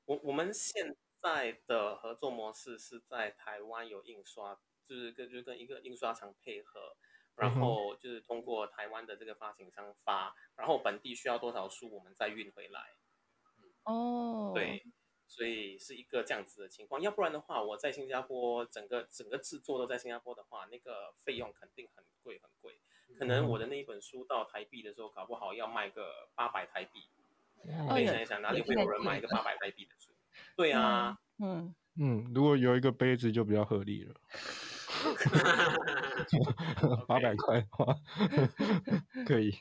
[SPEAKER 1] 我我们现在的合作模式是在台湾有印刷，就是跟就跟一个印刷厂配合，
[SPEAKER 2] 嗯
[SPEAKER 1] 然
[SPEAKER 2] 哼
[SPEAKER 1] 后就是通过台湾的这个发行商发，然后本地需要多少书，我们再运回来。
[SPEAKER 3] 哦，
[SPEAKER 1] 对，所以是一个这样子的情况。要不然的话，我在新加坡整个整个制作都在新加坡的话，那个费用肯定很贵很贵。
[SPEAKER 2] 嗯
[SPEAKER 1] 可能我的那一本书到台币的时候，搞不好要卖个八百台币。
[SPEAKER 2] 哇
[SPEAKER 3] 哦
[SPEAKER 1] 可以
[SPEAKER 3] 有
[SPEAKER 1] 想一想，哪里
[SPEAKER 3] 有
[SPEAKER 1] 会有
[SPEAKER 3] 台
[SPEAKER 1] 人
[SPEAKER 3] 币
[SPEAKER 1] 买一个八百台币的书？对啊，
[SPEAKER 3] 嗯，
[SPEAKER 2] 嗯，如果有一个杯子就比较合
[SPEAKER 4] <laughs>
[SPEAKER 2] 理了，八百块的
[SPEAKER 4] <laughs>
[SPEAKER 2] 话可以。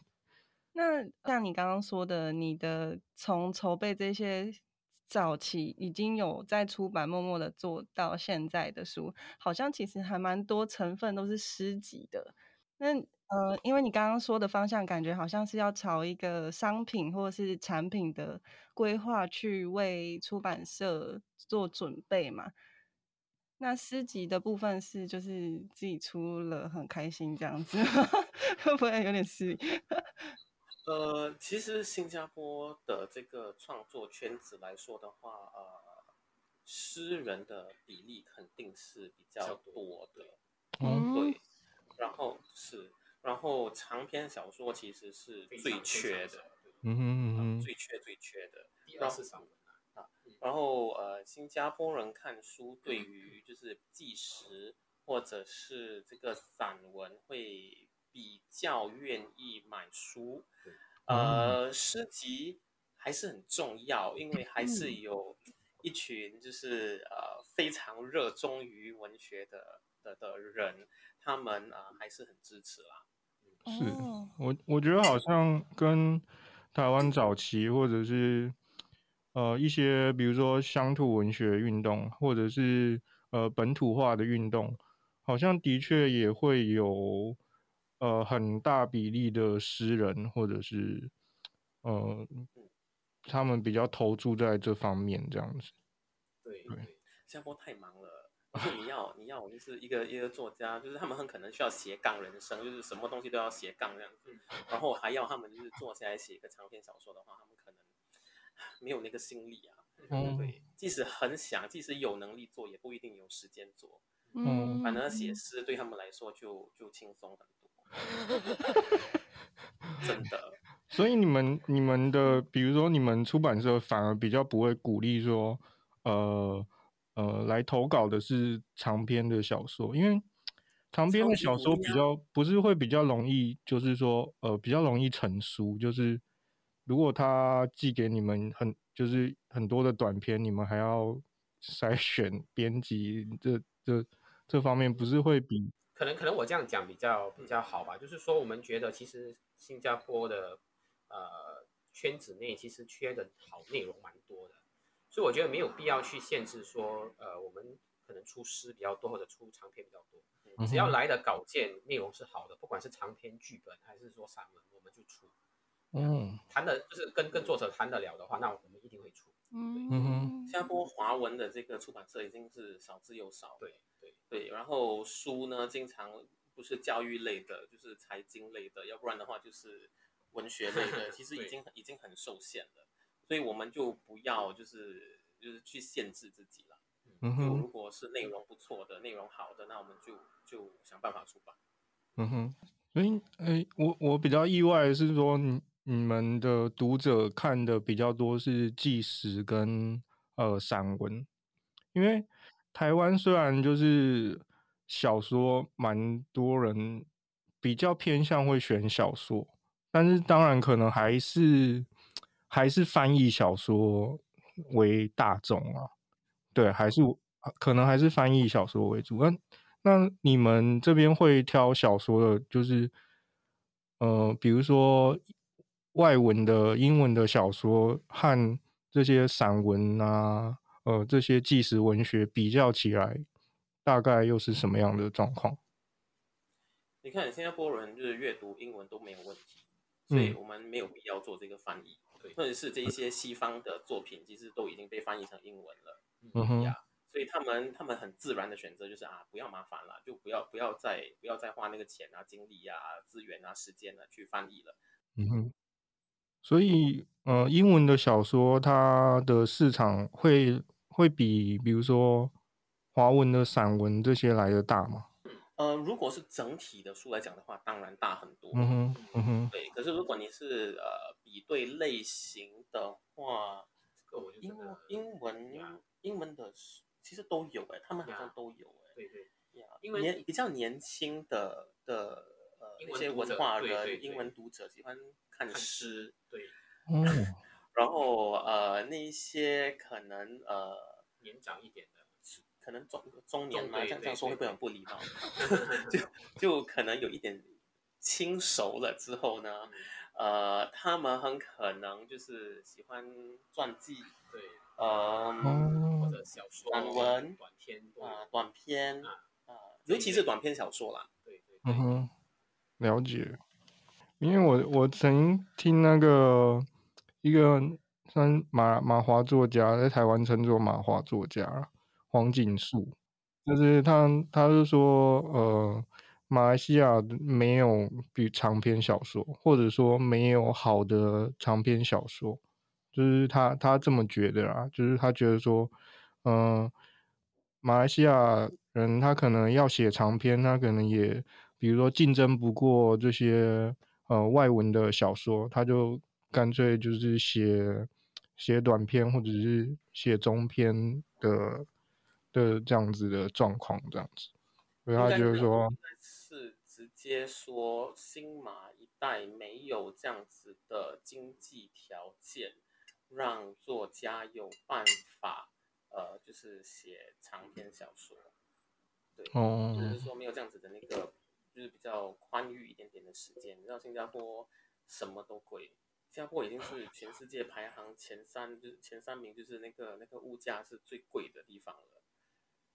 [SPEAKER 3] 那像你刚刚说的，你的从筹备这些早期已经有在出版默默的做到现在的书，好像其实还蛮多成分都是诗集的。那呃，因为你刚刚说的方向，感觉好像是要朝一个商品或是产品的规划去为出版社做准备嘛。那诗集的部分是就是自己出了很开心这样子， <laughs> 会不会有点失礼？
[SPEAKER 1] 呃，其实新加坡的这个创作圈子来说的话，呃，诗人的比例肯定是比较
[SPEAKER 4] 较
[SPEAKER 1] 多的。
[SPEAKER 2] 哦
[SPEAKER 3] 嗯
[SPEAKER 1] 对，然后是，然后长篇小说其实是
[SPEAKER 4] 非常
[SPEAKER 1] 最缺，
[SPEAKER 4] 非常
[SPEAKER 1] 的，
[SPEAKER 4] 少对
[SPEAKER 2] 嗯哼嗯
[SPEAKER 1] 嗯，
[SPEAKER 2] 哼，
[SPEAKER 1] 最缺最缺的。
[SPEAKER 4] 第二次散文啊，
[SPEAKER 1] 然后呃，新加坡人看书对于就是纪实或者是这个散文会比较愿意买书，呃，诗集还是很重要，因为还是有一群就是呃非常热衷于文学的的的人，他们啊、呃还是很支持啦。
[SPEAKER 2] 是
[SPEAKER 3] 哦，
[SPEAKER 2] 我我觉得好像跟台湾早期或者是呃一些，比如说乡土文学运动，或者是呃本土化的运动，好像的确也会有呃很大比例的诗人，或者是呃他们比较投注在这方面这样子。
[SPEAKER 4] 对
[SPEAKER 2] 对
[SPEAKER 4] 对，
[SPEAKER 1] 新加坡太忙了，而且你要你要就是一个一个作家，就是他们很可能需要斜杠人生，就是什么东西都要斜杠这样子
[SPEAKER 4] 嗯，
[SPEAKER 1] <laughs> 然后还要他们就是坐下来写一个长篇小说的话，他们可能 <sighs> 没有那个心力啊。
[SPEAKER 2] 嗯
[SPEAKER 1] 对，即使很想，即使有能力做，也不一定有时间做。
[SPEAKER 2] 嗯
[SPEAKER 1] 反而写诗对他们来说就就轻松很多，
[SPEAKER 2] <laughs>
[SPEAKER 1] 真的。
[SPEAKER 2] 所以你们你们的，比如说你们出版社反而比较不会鼓励说，呃呃，来投稿的是长篇的小说，因为长篇的
[SPEAKER 1] 超级鼓
[SPEAKER 2] 小说
[SPEAKER 1] 励
[SPEAKER 2] 比
[SPEAKER 1] 啊
[SPEAKER 2] 较不是会比较容易，就是说呃比较容易成书，就是如果他寄给你们很就是很多的短篇，你们还要 <laughs> 筛选编辑这这这方面，不是会比
[SPEAKER 4] 可能可能我这样讲比较
[SPEAKER 2] 嗯
[SPEAKER 4] 比较好吧，就是说我们觉得其实新加坡的呃圈子内其实缺的好内容蛮多的，所以我觉得没有必要去限制说呃我们可能出诗比较多或者出长篇比较
[SPEAKER 2] 嗯
[SPEAKER 4] 多，只要来的稿件内容是好的，不管是长篇剧本还是说散文，我们就出。
[SPEAKER 2] 嗯
[SPEAKER 4] 谈的就是跟跟作者谈得了的话，那我们一定会出。
[SPEAKER 2] 嗯
[SPEAKER 3] 嗯
[SPEAKER 2] 哼
[SPEAKER 1] 新加坡华文的这个出版社已经是少之又少了，
[SPEAKER 4] 对对，
[SPEAKER 1] 对，然后书呢，经常不是教育类的，就是财经类的，要不然的话就是文学类的，其实已
[SPEAKER 4] 对
[SPEAKER 1] 经很已经很受限了，所以我们就不要就是就是去限制自己了。就
[SPEAKER 2] 嗯哼
[SPEAKER 1] 如果是内容不错的、内容好的，那我们就就想办法出版。
[SPEAKER 2] 嗯哼，所以，诶，我我比较意外的是说你，你们的读者看的比较多是纪实跟呃散文，因为台湾虽然就是小说蛮多人比较偏向会选小说，但是当然可能还是还是翻译小说为大众啊，对，还是可能还是翻译小说为主。那那你们这边会挑小说的，就是呃，比如说外文的、英文的小说和这些散文啊，呃，这些纪实文学比较起来，大概又是什么样的状况？
[SPEAKER 1] 你看新加坡人就是阅读英文都没有问题，所以
[SPEAKER 2] 嗯
[SPEAKER 1] 我们没有必要做这个翻译，
[SPEAKER 4] 对
[SPEAKER 1] 或者是这一些西方的作品其实都已经被翻译成英文了。
[SPEAKER 2] 嗯哼
[SPEAKER 1] 呀，所以他们他们很自然的选择就是啊，不要麻烦了，就不要不要再不要再花那个钱啊、精力啊、资源啊、时间啊去翻译了。
[SPEAKER 2] 嗯哼，所以呃，英文的小说它的市场会会比比如说华文的散文这些来的大吗？
[SPEAKER 1] 呃，如果是整体的书来讲的话，当然大很多。
[SPEAKER 2] 嗯哼，嗯哼，
[SPEAKER 1] 对，可是如果你是呃比对类型的话，
[SPEAKER 4] 这个我就真
[SPEAKER 1] 英
[SPEAKER 4] 的
[SPEAKER 1] 英文
[SPEAKER 4] Yeah
[SPEAKER 1] 英文的其实都有哎、他们好像
[SPEAKER 4] Yeah
[SPEAKER 1] 都有哎、
[SPEAKER 4] 对对
[SPEAKER 1] 呀
[SPEAKER 4] 因为
[SPEAKER 1] 年比较年轻的的呃
[SPEAKER 4] 英
[SPEAKER 1] 一
[SPEAKER 4] 文
[SPEAKER 1] 些
[SPEAKER 4] 读
[SPEAKER 1] 文
[SPEAKER 4] 者
[SPEAKER 1] 化
[SPEAKER 4] 对对
[SPEAKER 1] 人、
[SPEAKER 4] 对
[SPEAKER 1] 英文读者喜欢看诗，
[SPEAKER 4] 对，
[SPEAKER 2] 哦，
[SPEAKER 1] 然后呃那一些可能呃
[SPEAKER 4] 年长一点的，
[SPEAKER 1] 可能中中年
[SPEAKER 4] 中
[SPEAKER 1] 嘛，
[SPEAKER 4] 对
[SPEAKER 1] 这样
[SPEAKER 4] 对
[SPEAKER 1] 这样说会
[SPEAKER 4] 对
[SPEAKER 1] 不会很不礼貌？就就可能有一点亲熟了之后
[SPEAKER 4] 嗯
[SPEAKER 1] 呢，呃，他们很可能就是喜欢传记，
[SPEAKER 4] 对，
[SPEAKER 1] 呃
[SPEAKER 4] 或
[SPEAKER 2] 哦，
[SPEAKER 4] 者小说、
[SPEAKER 1] 散文
[SPEAKER 4] 短篇都有
[SPEAKER 1] 呃短篇
[SPEAKER 4] 啊
[SPEAKER 1] 呃，尤其是短篇小说啦。
[SPEAKER 4] 对对
[SPEAKER 2] 嗯
[SPEAKER 4] 对，
[SPEAKER 2] 哼，了解。因为我我曾听那个一个算马马华作家，在台湾称作马华作家黄锦树，就是他他就说，呃，马来西亚没有比长篇小说，或者说没有好的长篇小说，就是他他这么觉得啊，就是他觉得说，嗯、马来西亚人他可能要写长篇，他可能也比如说竞争不过这些呃外文的小说，他就干脆就是写写短篇或者是写中篇的的这样子的状况，这样子，所以
[SPEAKER 1] 应
[SPEAKER 2] 他
[SPEAKER 1] 该
[SPEAKER 2] 觉得
[SPEAKER 1] 没有
[SPEAKER 2] 说
[SPEAKER 1] 应，该是直接说新马一代没有这样子的经济条件，让作家有办法，呃，就是写长篇小说，
[SPEAKER 2] 哦
[SPEAKER 1] 就，是说没有这样子的那个，就是比较宽裕一点点的时间。你知道新加坡什么都贵，新加坡已经是全世界排行前三，就是前三名，就是那个那个物价是最贵的地方了。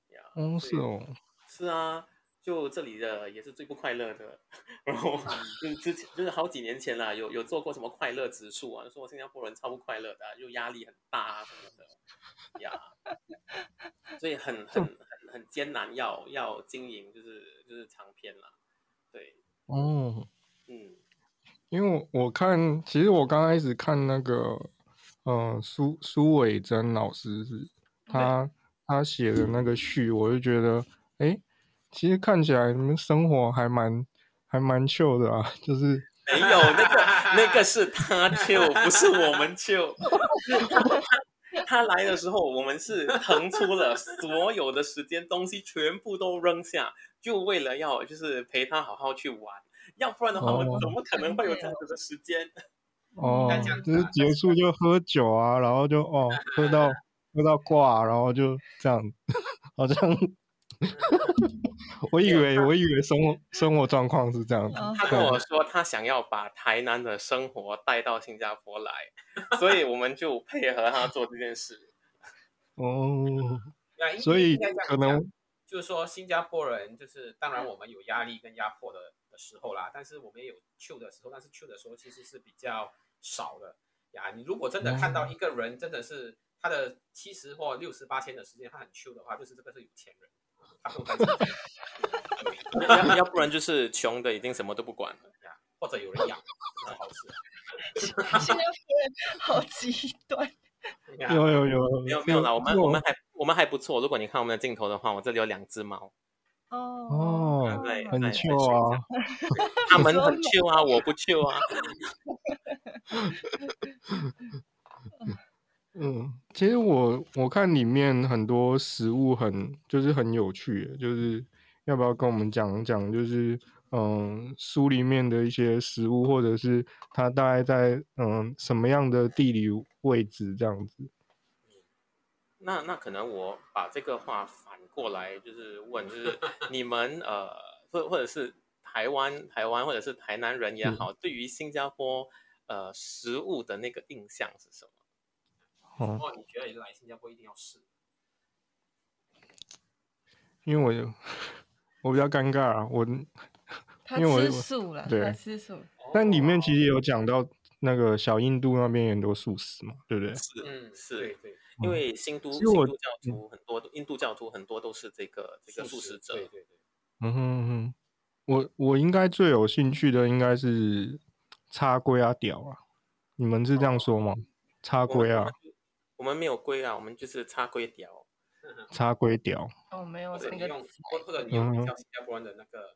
[SPEAKER 1] 呀、
[SPEAKER 2] 哦，
[SPEAKER 1] 所
[SPEAKER 2] 是
[SPEAKER 1] 以
[SPEAKER 2] 哦，
[SPEAKER 1] 是啊，就这里的也是最不快乐的。 <laughs> 然后就是之前就是好几年前啦，有有做过什么快乐指数啊，说新加坡人超不快乐的啊、又压力很大啊什么的呀，所以很很很很艰难要要经营，就是就是长篇啦。对，
[SPEAKER 2] 哦，
[SPEAKER 1] 嗯，
[SPEAKER 2] 因为我我看，其实我刚开始看那个，呃，苏苏伟珍老师是他他写的那个序，我就觉得，哎，其实看起来你们生活还蛮还蛮秀的啊，就是
[SPEAKER 1] 没有那个那个是他 Q，不是我们 Q。他来的时候，我们是腾出了 <laughs> 所有的时间，东西全部都扔下，就为了要就是陪他好好去玩。要不然的话，我
[SPEAKER 2] 哦
[SPEAKER 1] 怎么可能会有这样子的时间？嗯
[SPEAKER 2] 哦
[SPEAKER 4] 那这样，
[SPEAKER 2] 就
[SPEAKER 4] 子
[SPEAKER 2] 是
[SPEAKER 4] 啊
[SPEAKER 2] 结束就喝酒啊，然后就哦
[SPEAKER 1] <laughs>
[SPEAKER 2] 喝到喝到挂，然后就这样， <laughs> 好像
[SPEAKER 1] 嗯
[SPEAKER 2] <laughs> 我以为我以为生活生活状况是这样子，
[SPEAKER 3] 哦
[SPEAKER 1] 嗯他跟我说，他想要把台南的生活带到新加坡来，所以我们就配合他做这件事。
[SPEAKER 2] 哦，
[SPEAKER 4] 那应
[SPEAKER 2] 所以
[SPEAKER 4] 应该这样
[SPEAKER 2] 可
[SPEAKER 4] 讲
[SPEAKER 2] 能嗯
[SPEAKER 4] 就是说新加坡人就是，当然我们有压力跟压迫的的时候啦，但是我们也有 chill 的时候，但是 chill 的时候其实是比较少的呀。你如果真的看
[SPEAKER 2] 嗯
[SPEAKER 4] 到一个人真的是他的七十或六十八天的时间他很 chill 的话，就是这个是有钱人，他不用担心
[SPEAKER 2] <laughs>
[SPEAKER 4] 钱
[SPEAKER 1] 要要不然就是穷的已经什么都不管了。
[SPEAKER 4] 呀，或者有人养，这是好事。
[SPEAKER 3] 新加坡人好极端，
[SPEAKER 4] 呀
[SPEAKER 2] 有有有
[SPEAKER 1] 没有没有啦，
[SPEAKER 2] 这
[SPEAKER 1] 我们我们
[SPEAKER 2] 这
[SPEAKER 1] 还我们还不错。如果你看我们的镜头的话，我这里有两只猫，
[SPEAKER 3] <laughs> 哦
[SPEAKER 2] 哦
[SPEAKER 1] 对
[SPEAKER 2] 很
[SPEAKER 1] 哎
[SPEAKER 2] 秀啊，
[SPEAKER 1] 它们
[SPEAKER 3] 说
[SPEAKER 1] 很
[SPEAKER 3] 嘛
[SPEAKER 1] chill 啊，我不 chill 啊。 <laughs>
[SPEAKER 2] 嗯，其实我我看里面很多食物很就是很有趣耶，就是要不要跟我们讲讲，就是嗯书里面的一些食物，或者是它大概在嗯什么样的地理位置这样子？
[SPEAKER 1] 那那可能我把这个话反过来，就是问，就是你们呃，或或者是台湾台湾或者是台南人也
[SPEAKER 2] 嗯
[SPEAKER 1] 好，对于新加坡呃食物的那个印象是什么？
[SPEAKER 2] 哦，
[SPEAKER 4] 哦，你觉得你来新加坡一定要试？
[SPEAKER 2] 因为我有我比较尴尬
[SPEAKER 1] <laughs>
[SPEAKER 2] 啊，我
[SPEAKER 3] 他
[SPEAKER 2] 因为我
[SPEAKER 3] 吃素了，
[SPEAKER 2] 对
[SPEAKER 3] 他吃素。
[SPEAKER 4] 哦
[SPEAKER 2] 但里面其实也
[SPEAKER 1] 哦
[SPEAKER 2] 有讲到那个小印度那边也很多素食嘛，对不对？
[SPEAKER 1] 是
[SPEAKER 4] 嗯，
[SPEAKER 1] 是
[SPEAKER 4] 对对，
[SPEAKER 1] 因为新都
[SPEAKER 2] 其
[SPEAKER 1] 新
[SPEAKER 2] 实我嗯
[SPEAKER 1] 都教徒很多，印度教徒很多都是这个这个素食者。
[SPEAKER 4] 对对对，
[SPEAKER 2] 嗯哼嗯哼，我我应该最有兴趣的应该是叉龟啊屌啊，你们是这样说吗？叉
[SPEAKER 1] 哦我们
[SPEAKER 2] 龟啊，，
[SPEAKER 1] 我们没有龟啊，我们就是插龟屌。
[SPEAKER 2] 叉龟屌，
[SPEAKER 3] 哦，没有
[SPEAKER 4] 或者
[SPEAKER 3] 那
[SPEAKER 4] 你
[SPEAKER 3] 个
[SPEAKER 4] 用
[SPEAKER 3] <laughs> 字，
[SPEAKER 4] 或或者你用
[SPEAKER 2] 嗯
[SPEAKER 4] 比较新加坡人的那个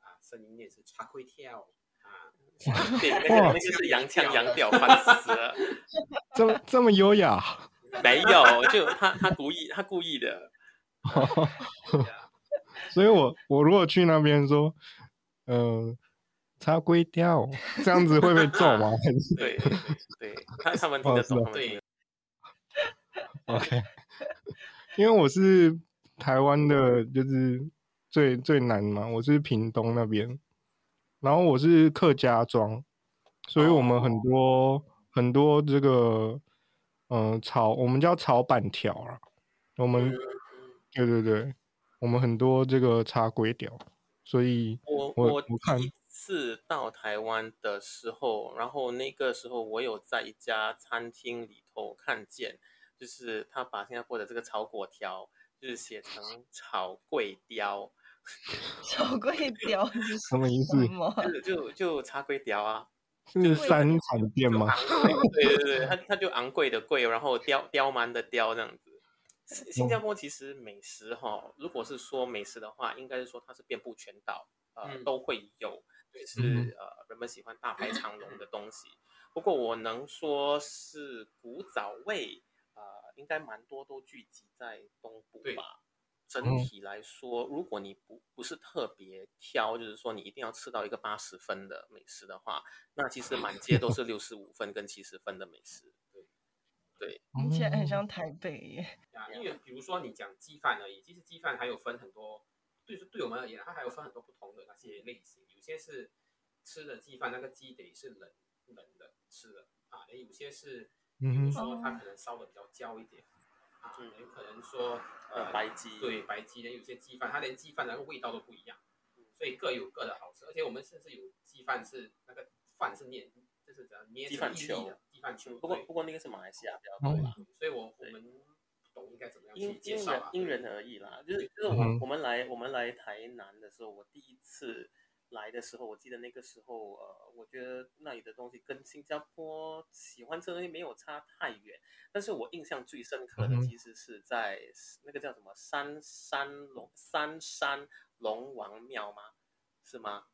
[SPEAKER 4] 啊声音念是茶龟跳啊，
[SPEAKER 1] 对，那个
[SPEAKER 2] 哇
[SPEAKER 1] 那个是洋腔洋调，烦死了。
[SPEAKER 2] 这么这么优雅，
[SPEAKER 1] 没有，就他他故意他故意的。
[SPEAKER 2] 所以我我如果去那边说，呃，叉龟屌，这样子会被揍吗还是
[SPEAKER 1] 对对对，对他他们听得懂，
[SPEAKER 2] 哦是
[SPEAKER 1] 他
[SPEAKER 2] 啊
[SPEAKER 1] 们听得懂。
[SPEAKER 2] ？OK，因为我是台湾的，就是最最南嘛，我是屏东那边，然后我是客家庄，所以我们
[SPEAKER 3] 哦
[SPEAKER 2] 很多、很多这个，嗯、草我们叫草板条啊，我们、
[SPEAKER 3] 嗯
[SPEAKER 2] 对对对，我们很多这个茶龟条，所以
[SPEAKER 1] 我
[SPEAKER 2] 我
[SPEAKER 1] 我
[SPEAKER 2] 我看
[SPEAKER 1] 第一次到台湾的时候，然后那个时候我有在一家餐厅里头看见，就是他把新加坡的这个炒粿条，就是写成炒粿雕，
[SPEAKER 3] 小 <laughs> 贵雕是
[SPEAKER 2] 什么意
[SPEAKER 3] 什
[SPEAKER 2] 思？
[SPEAKER 3] 么？
[SPEAKER 1] 就是就就茶粿条啊。
[SPEAKER 2] 是三产店吗？
[SPEAKER 1] 对对对，它它就昂贵的贵，然后刁刁蛮的刁这样子。新新加坡其实美食哈、如果是说美食的话，应该是说它是遍布全岛，呃，
[SPEAKER 4] 嗯
[SPEAKER 1] 都会有，就是
[SPEAKER 2] 嗯
[SPEAKER 1] 呃，人们喜欢大排长龙的东西。不过我能说是古早味，呃，应该蛮多都聚集在东部
[SPEAKER 4] 对
[SPEAKER 1] 吧。
[SPEAKER 2] 嗯
[SPEAKER 1] 整体来说，如果你不不是特别挑，就是说你一定要吃到一个八十分的美食的话，那其实满街都是六十五分跟七十分的美食。
[SPEAKER 3] 听起来
[SPEAKER 2] 嗯
[SPEAKER 3] 很像台北耶。 <laughs>
[SPEAKER 4] 啊，因为比如说你讲鸡饭而已，其实鸡饭还有分很多，对对我们而言，它还有分很多不同的那些类型，有些是吃的鸡饭，那个鸡得是冷冷的吃的啊，也有些是，比如
[SPEAKER 2] 嗯哼，
[SPEAKER 4] 说它可能烧的比较焦一点啊，
[SPEAKER 1] 嗯
[SPEAKER 4] 也可能说
[SPEAKER 1] 呃，
[SPEAKER 4] 呃
[SPEAKER 1] 白鸡，
[SPEAKER 4] 对白鸡的有些鸡饭，它连鸡饭那个味道都不一样，
[SPEAKER 1] 嗯
[SPEAKER 4] 所以各有各的好吃。而且我们甚至有鸡饭是那个饭是捏，就是怎样捏
[SPEAKER 1] 鸡
[SPEAKER 4] 成
[SPEAKER 1] 饭
[SPEAKER 4] 一粒
[SPEAKER 1] 球
[SPEAKER 4] 的鸡饭球。
[SPEAKER 1] 不过
[SPEAKER 4] 对
[SPEAKER 1] 不过那个是马来西亚比较
[SPEAKER 2] 哦
[SPEAKER 1] 多
[SPEAKER 4] 对
[SPEAKER 1] 啦，
[SPEAKER 4] 所以我我
[SPEAKER 1] 对
[SPEAKER 4] 们不懂应该怎么样去
[SPEAKER 1] 因
[SPEAKER 4] 介
[SPEAKER 1] 因
[SPEAKER 4] 绍
[SPEAKER 1] 人
[SPEAKER 4] 啊。
[SPEAKER 1] 因
[SPEAKER 4] 对
[SPEAKER 1] 人而异啦。就是就是我、
[SPEAKER 2] 嗯
[SPEAKER 1] 我们来我们来台南的时候，我第一次来的时候，我记得那个时候呃，我觉得那里的东西跟新加坡喜欢吃的东西没有差太远。但是我印象最深刻的
[SPEAKER 2] 嗯哼
[SPEAKER 1] 其实是在那个叫什么三山龙三山龙王庙吗？是吗？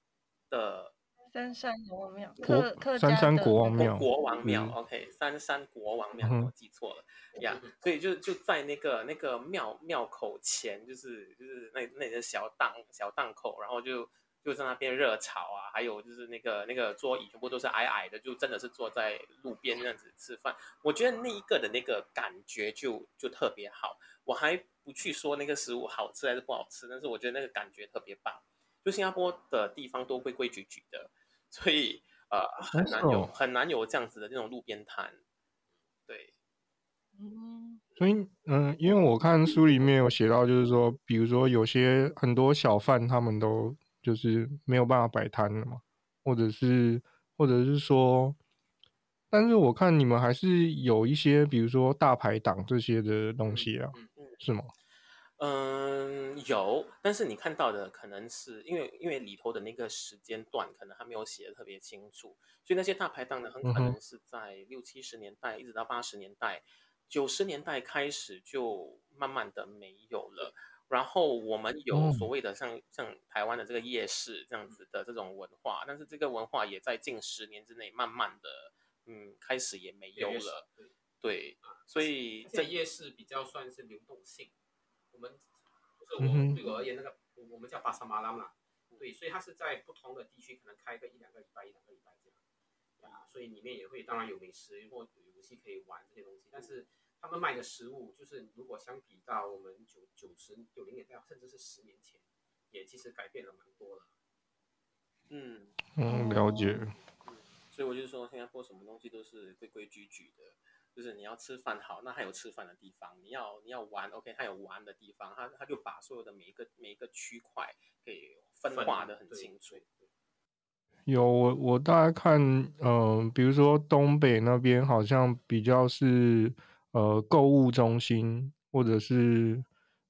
[SPEAKER 1] 的
[SPEAKER 3] 三山龙王庙，
[SPEAKER 2] 国
[SPEAKER 3] 客客
[SPEAKER 2] 三
[SPEAKER 3] 家
[SPEAKER 2] 山
[SPEAKER 3] 的
[SPEAKER 2] 国王
[SPEAKER 1] 国
[SPEAKER 2] 庙，
[SPEAKER 1] 国王庙、
[SPEAKER 2] 嗯
[SPEAKER 1] o k 三山国王庙，
[SPEAKER 2] 嗯哼
[SPEAKER 1] 我记错了呀。所以就就在那个那个庙庙口前，就是就是那那些小档小档口，然后就就在那边热炒啊，还有就是那个那个桌椅全部都是矮矮的，就真的是坐在路边这样子吃饭。我觉得那一个的那个感觉就就特别好。我还不去说那个食物好吃还是不好吃，但是我觉得那个感觉特别棒。就新加坡的地方都规规矩矩的，所以呃很难有
[SPEAKER 2] 哦
[SPEAKER 1] 很难有这样子的这种路边摊。对，
[SPEAKER 3] 嗯，
[SPEAKER 2] 所以，嗯，因为我看书里面有写到，就是说，比如说有些很多小贩他们都就是没有办法摆摊了嘛，或者是，或者是说，但是我看你们还是有一些，比如说大排档这些的东西啊，
[SPEAKER 4] 嗯
[SPEAKER 2] 是吗？
[SPEAKER 1] 嗯，有，但是你看到的可能是因为因为里头的那个时间段可能还没有写的特别清楚，所以那些大排档呢，很可
[SPEAKER 2] 嗯
[SPEAKER 1] 能是在六七十年代一直到八十年代、九十年代开始就慢慢的没有了。然后我们有
[SPEAKER 2] 嗯
[SPEAKER 1] 所谓的像像台湾的这个夜市这样子的这种文化，但是这个文化也在近十年之内慢慢的，嗯，开始也没有
[SPEAKER 4] 越
[SPEAKER 1] 了。。
[SPEAKER 4] 对
[SPEAKER 1] 对，所以
[SPEAKER 4] 而
[SPEAKER 1] 这
[SPEAKER 4] 且夜市比较算是流动性，我们就是
[SPEAKER 2] 嗯
[SPEAKER 4] 我
[SPEAKER 2] 哼
[SPEAKER 4] 对我而言，那个我我们叫巴沙马拉嘛，对，所以它是在不同的地区可能开个一两个礼拜、一两个礼拜这样，啊，所以里面也会当然有美食或有游戏可以玩这些东西，但是他们卖的食物就是如果相比到我们九九十九零年代甚至是十年前，也其实改变了蛮多的。
[SPEAKER 1] 嗯。
[SPEAKER 2] 嗯，了解。
[SPEAKER 1] 所以我就说，新加坡什么东西都是规规矩矩的，就是你要吃饭好，那还有吃饭的地方；你要你要玩，OK，它有玩的地方，它它就把所有的每一个每一个区块给分
[SPEAKER 4] 分
[SPEAKER 1] 化的很
[SPEAKER 4] 对
[SPEAKER 1] 清楚。
[SPEAKER 2] 有我我大概看，嗯、比如说东北那边好像比较是呃购物中心，或者是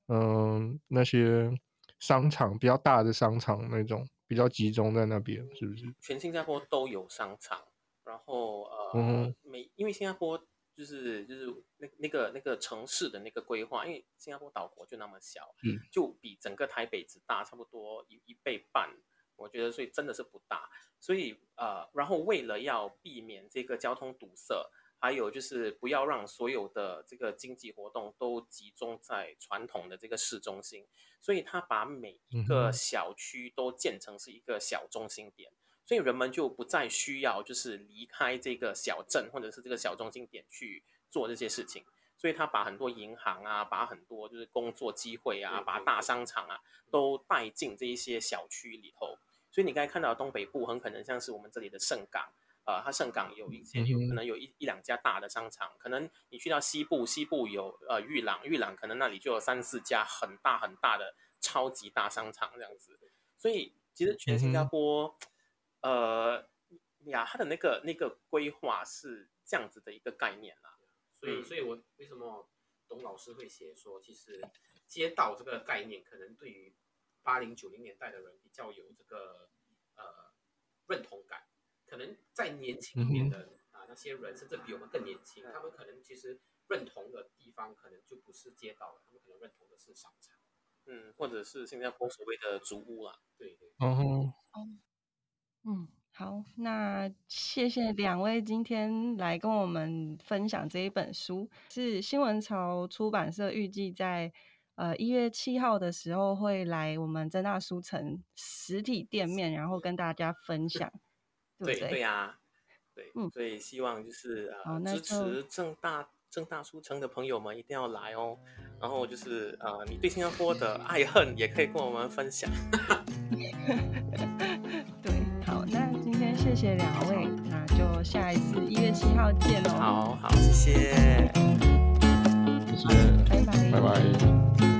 [SPEAKER 2] 嗯、那些商场比较大的商场那种比较集中在那边，是不是？
[SPEAKER 1] 全新加坡都有商场，然后呃，
[SPEAKER 2] 嗯
[SPEAKER 1] 每因为新加坡就是就是那那个那个城市的那个规划，因为新加坡岛国就那么小，
[SPEAKER 2] 嗯，
[SPEAKER 1] 就比整个台北只大差不多一一倍半，我觉得所以真的是不大，所以呃，然后为了要避免这个交通堵塞。还有就是不要让所有的这个经济活动都集中在传统的这个市中心，所以他把每一
[SPEAKER 2] 嗯
[SPEAKER 1] 个
[SPEAKER 2] 哼
[SPEAKER 1] 小区都建成是一个小中心点。所以人们就不再需要就是离开这个小镇或者是这个小中心点去做这些事情。所以他把很多银行啊，把很多就是工作机会啊，
[SPEAKER 4] 对
[SPEAKER 1] 把
[SPEAKER 4] 对
[SPEAKER 1] 大
[SPEAKER 4] 对
[SPEAKER 1] 商场啊都带进这一些小区里头。所以你刚才看到的东北部很可能像是我们这里的盛港，呃，它盛港有一些有
[SPEAKER 2] 嗯
[SPEAKER 1] 可
[SPEAKER 2] 哼
[SPEAKER 1] 能有一一两家大的商场，可能你去到西部，西部有呃玉朗，玉朗可能那里就有三四家很大很大的超级大商场这样子。所以其实全新加
[SPEAKER 2] 嗯哼
[SPEAKER 1] 坡，呃呀，它的那个那个规划是这样子的一个概念啦。
[SPEAKER 4] 所以，
[SPEAKER 1] 嗯
[SPEAKER 4] 所以我为什么董老师会写说，其实街道这个概念，可能对于八零九零年代的人比较有这个呃认同感，可能在年轻一点的啊那些人，甚至比我们更年轻，他们可能其实认同的地方，可能就不是街道了，他们可能认同的是商场。
[SPEAKER 1] 嗯，或者是新加坡所谓的竹屋啦。
[SPEAKER 4] 对对，
[SPEAKER 2] 然后
[SPEAKER 3] 嗯，好，那谢谢两位今天来跟我们分享这一本书，是新闻潮出版社预计在呃一月七号的时候会来我们正大书城实体店面，然后跟大家分享，对不
[SPEAKER 1] 对对呀、对，
[SPEAKER 3] 嗯
[SPEAKER 1] 所以希望就是呃
[SPEAKER 3] 好那
[SPEAKER 1] 支
[SPEAKER 3] 就
[SPEAKER 1] 持正大正大书城的朋友们一定要来哦。然后就是呃，你对新加坡的爱恨也可以跟我们分享。
[SPEAKER 3] 对，好，那今天谢谢两位，那就下一次一月七号见哦。
[SPEAKER 1] 好好，谢谢。
[SPEAKER 2] 谢谢，
[SPEAKER 3] 拜拜，
[SPEAKER 2] 拜拜。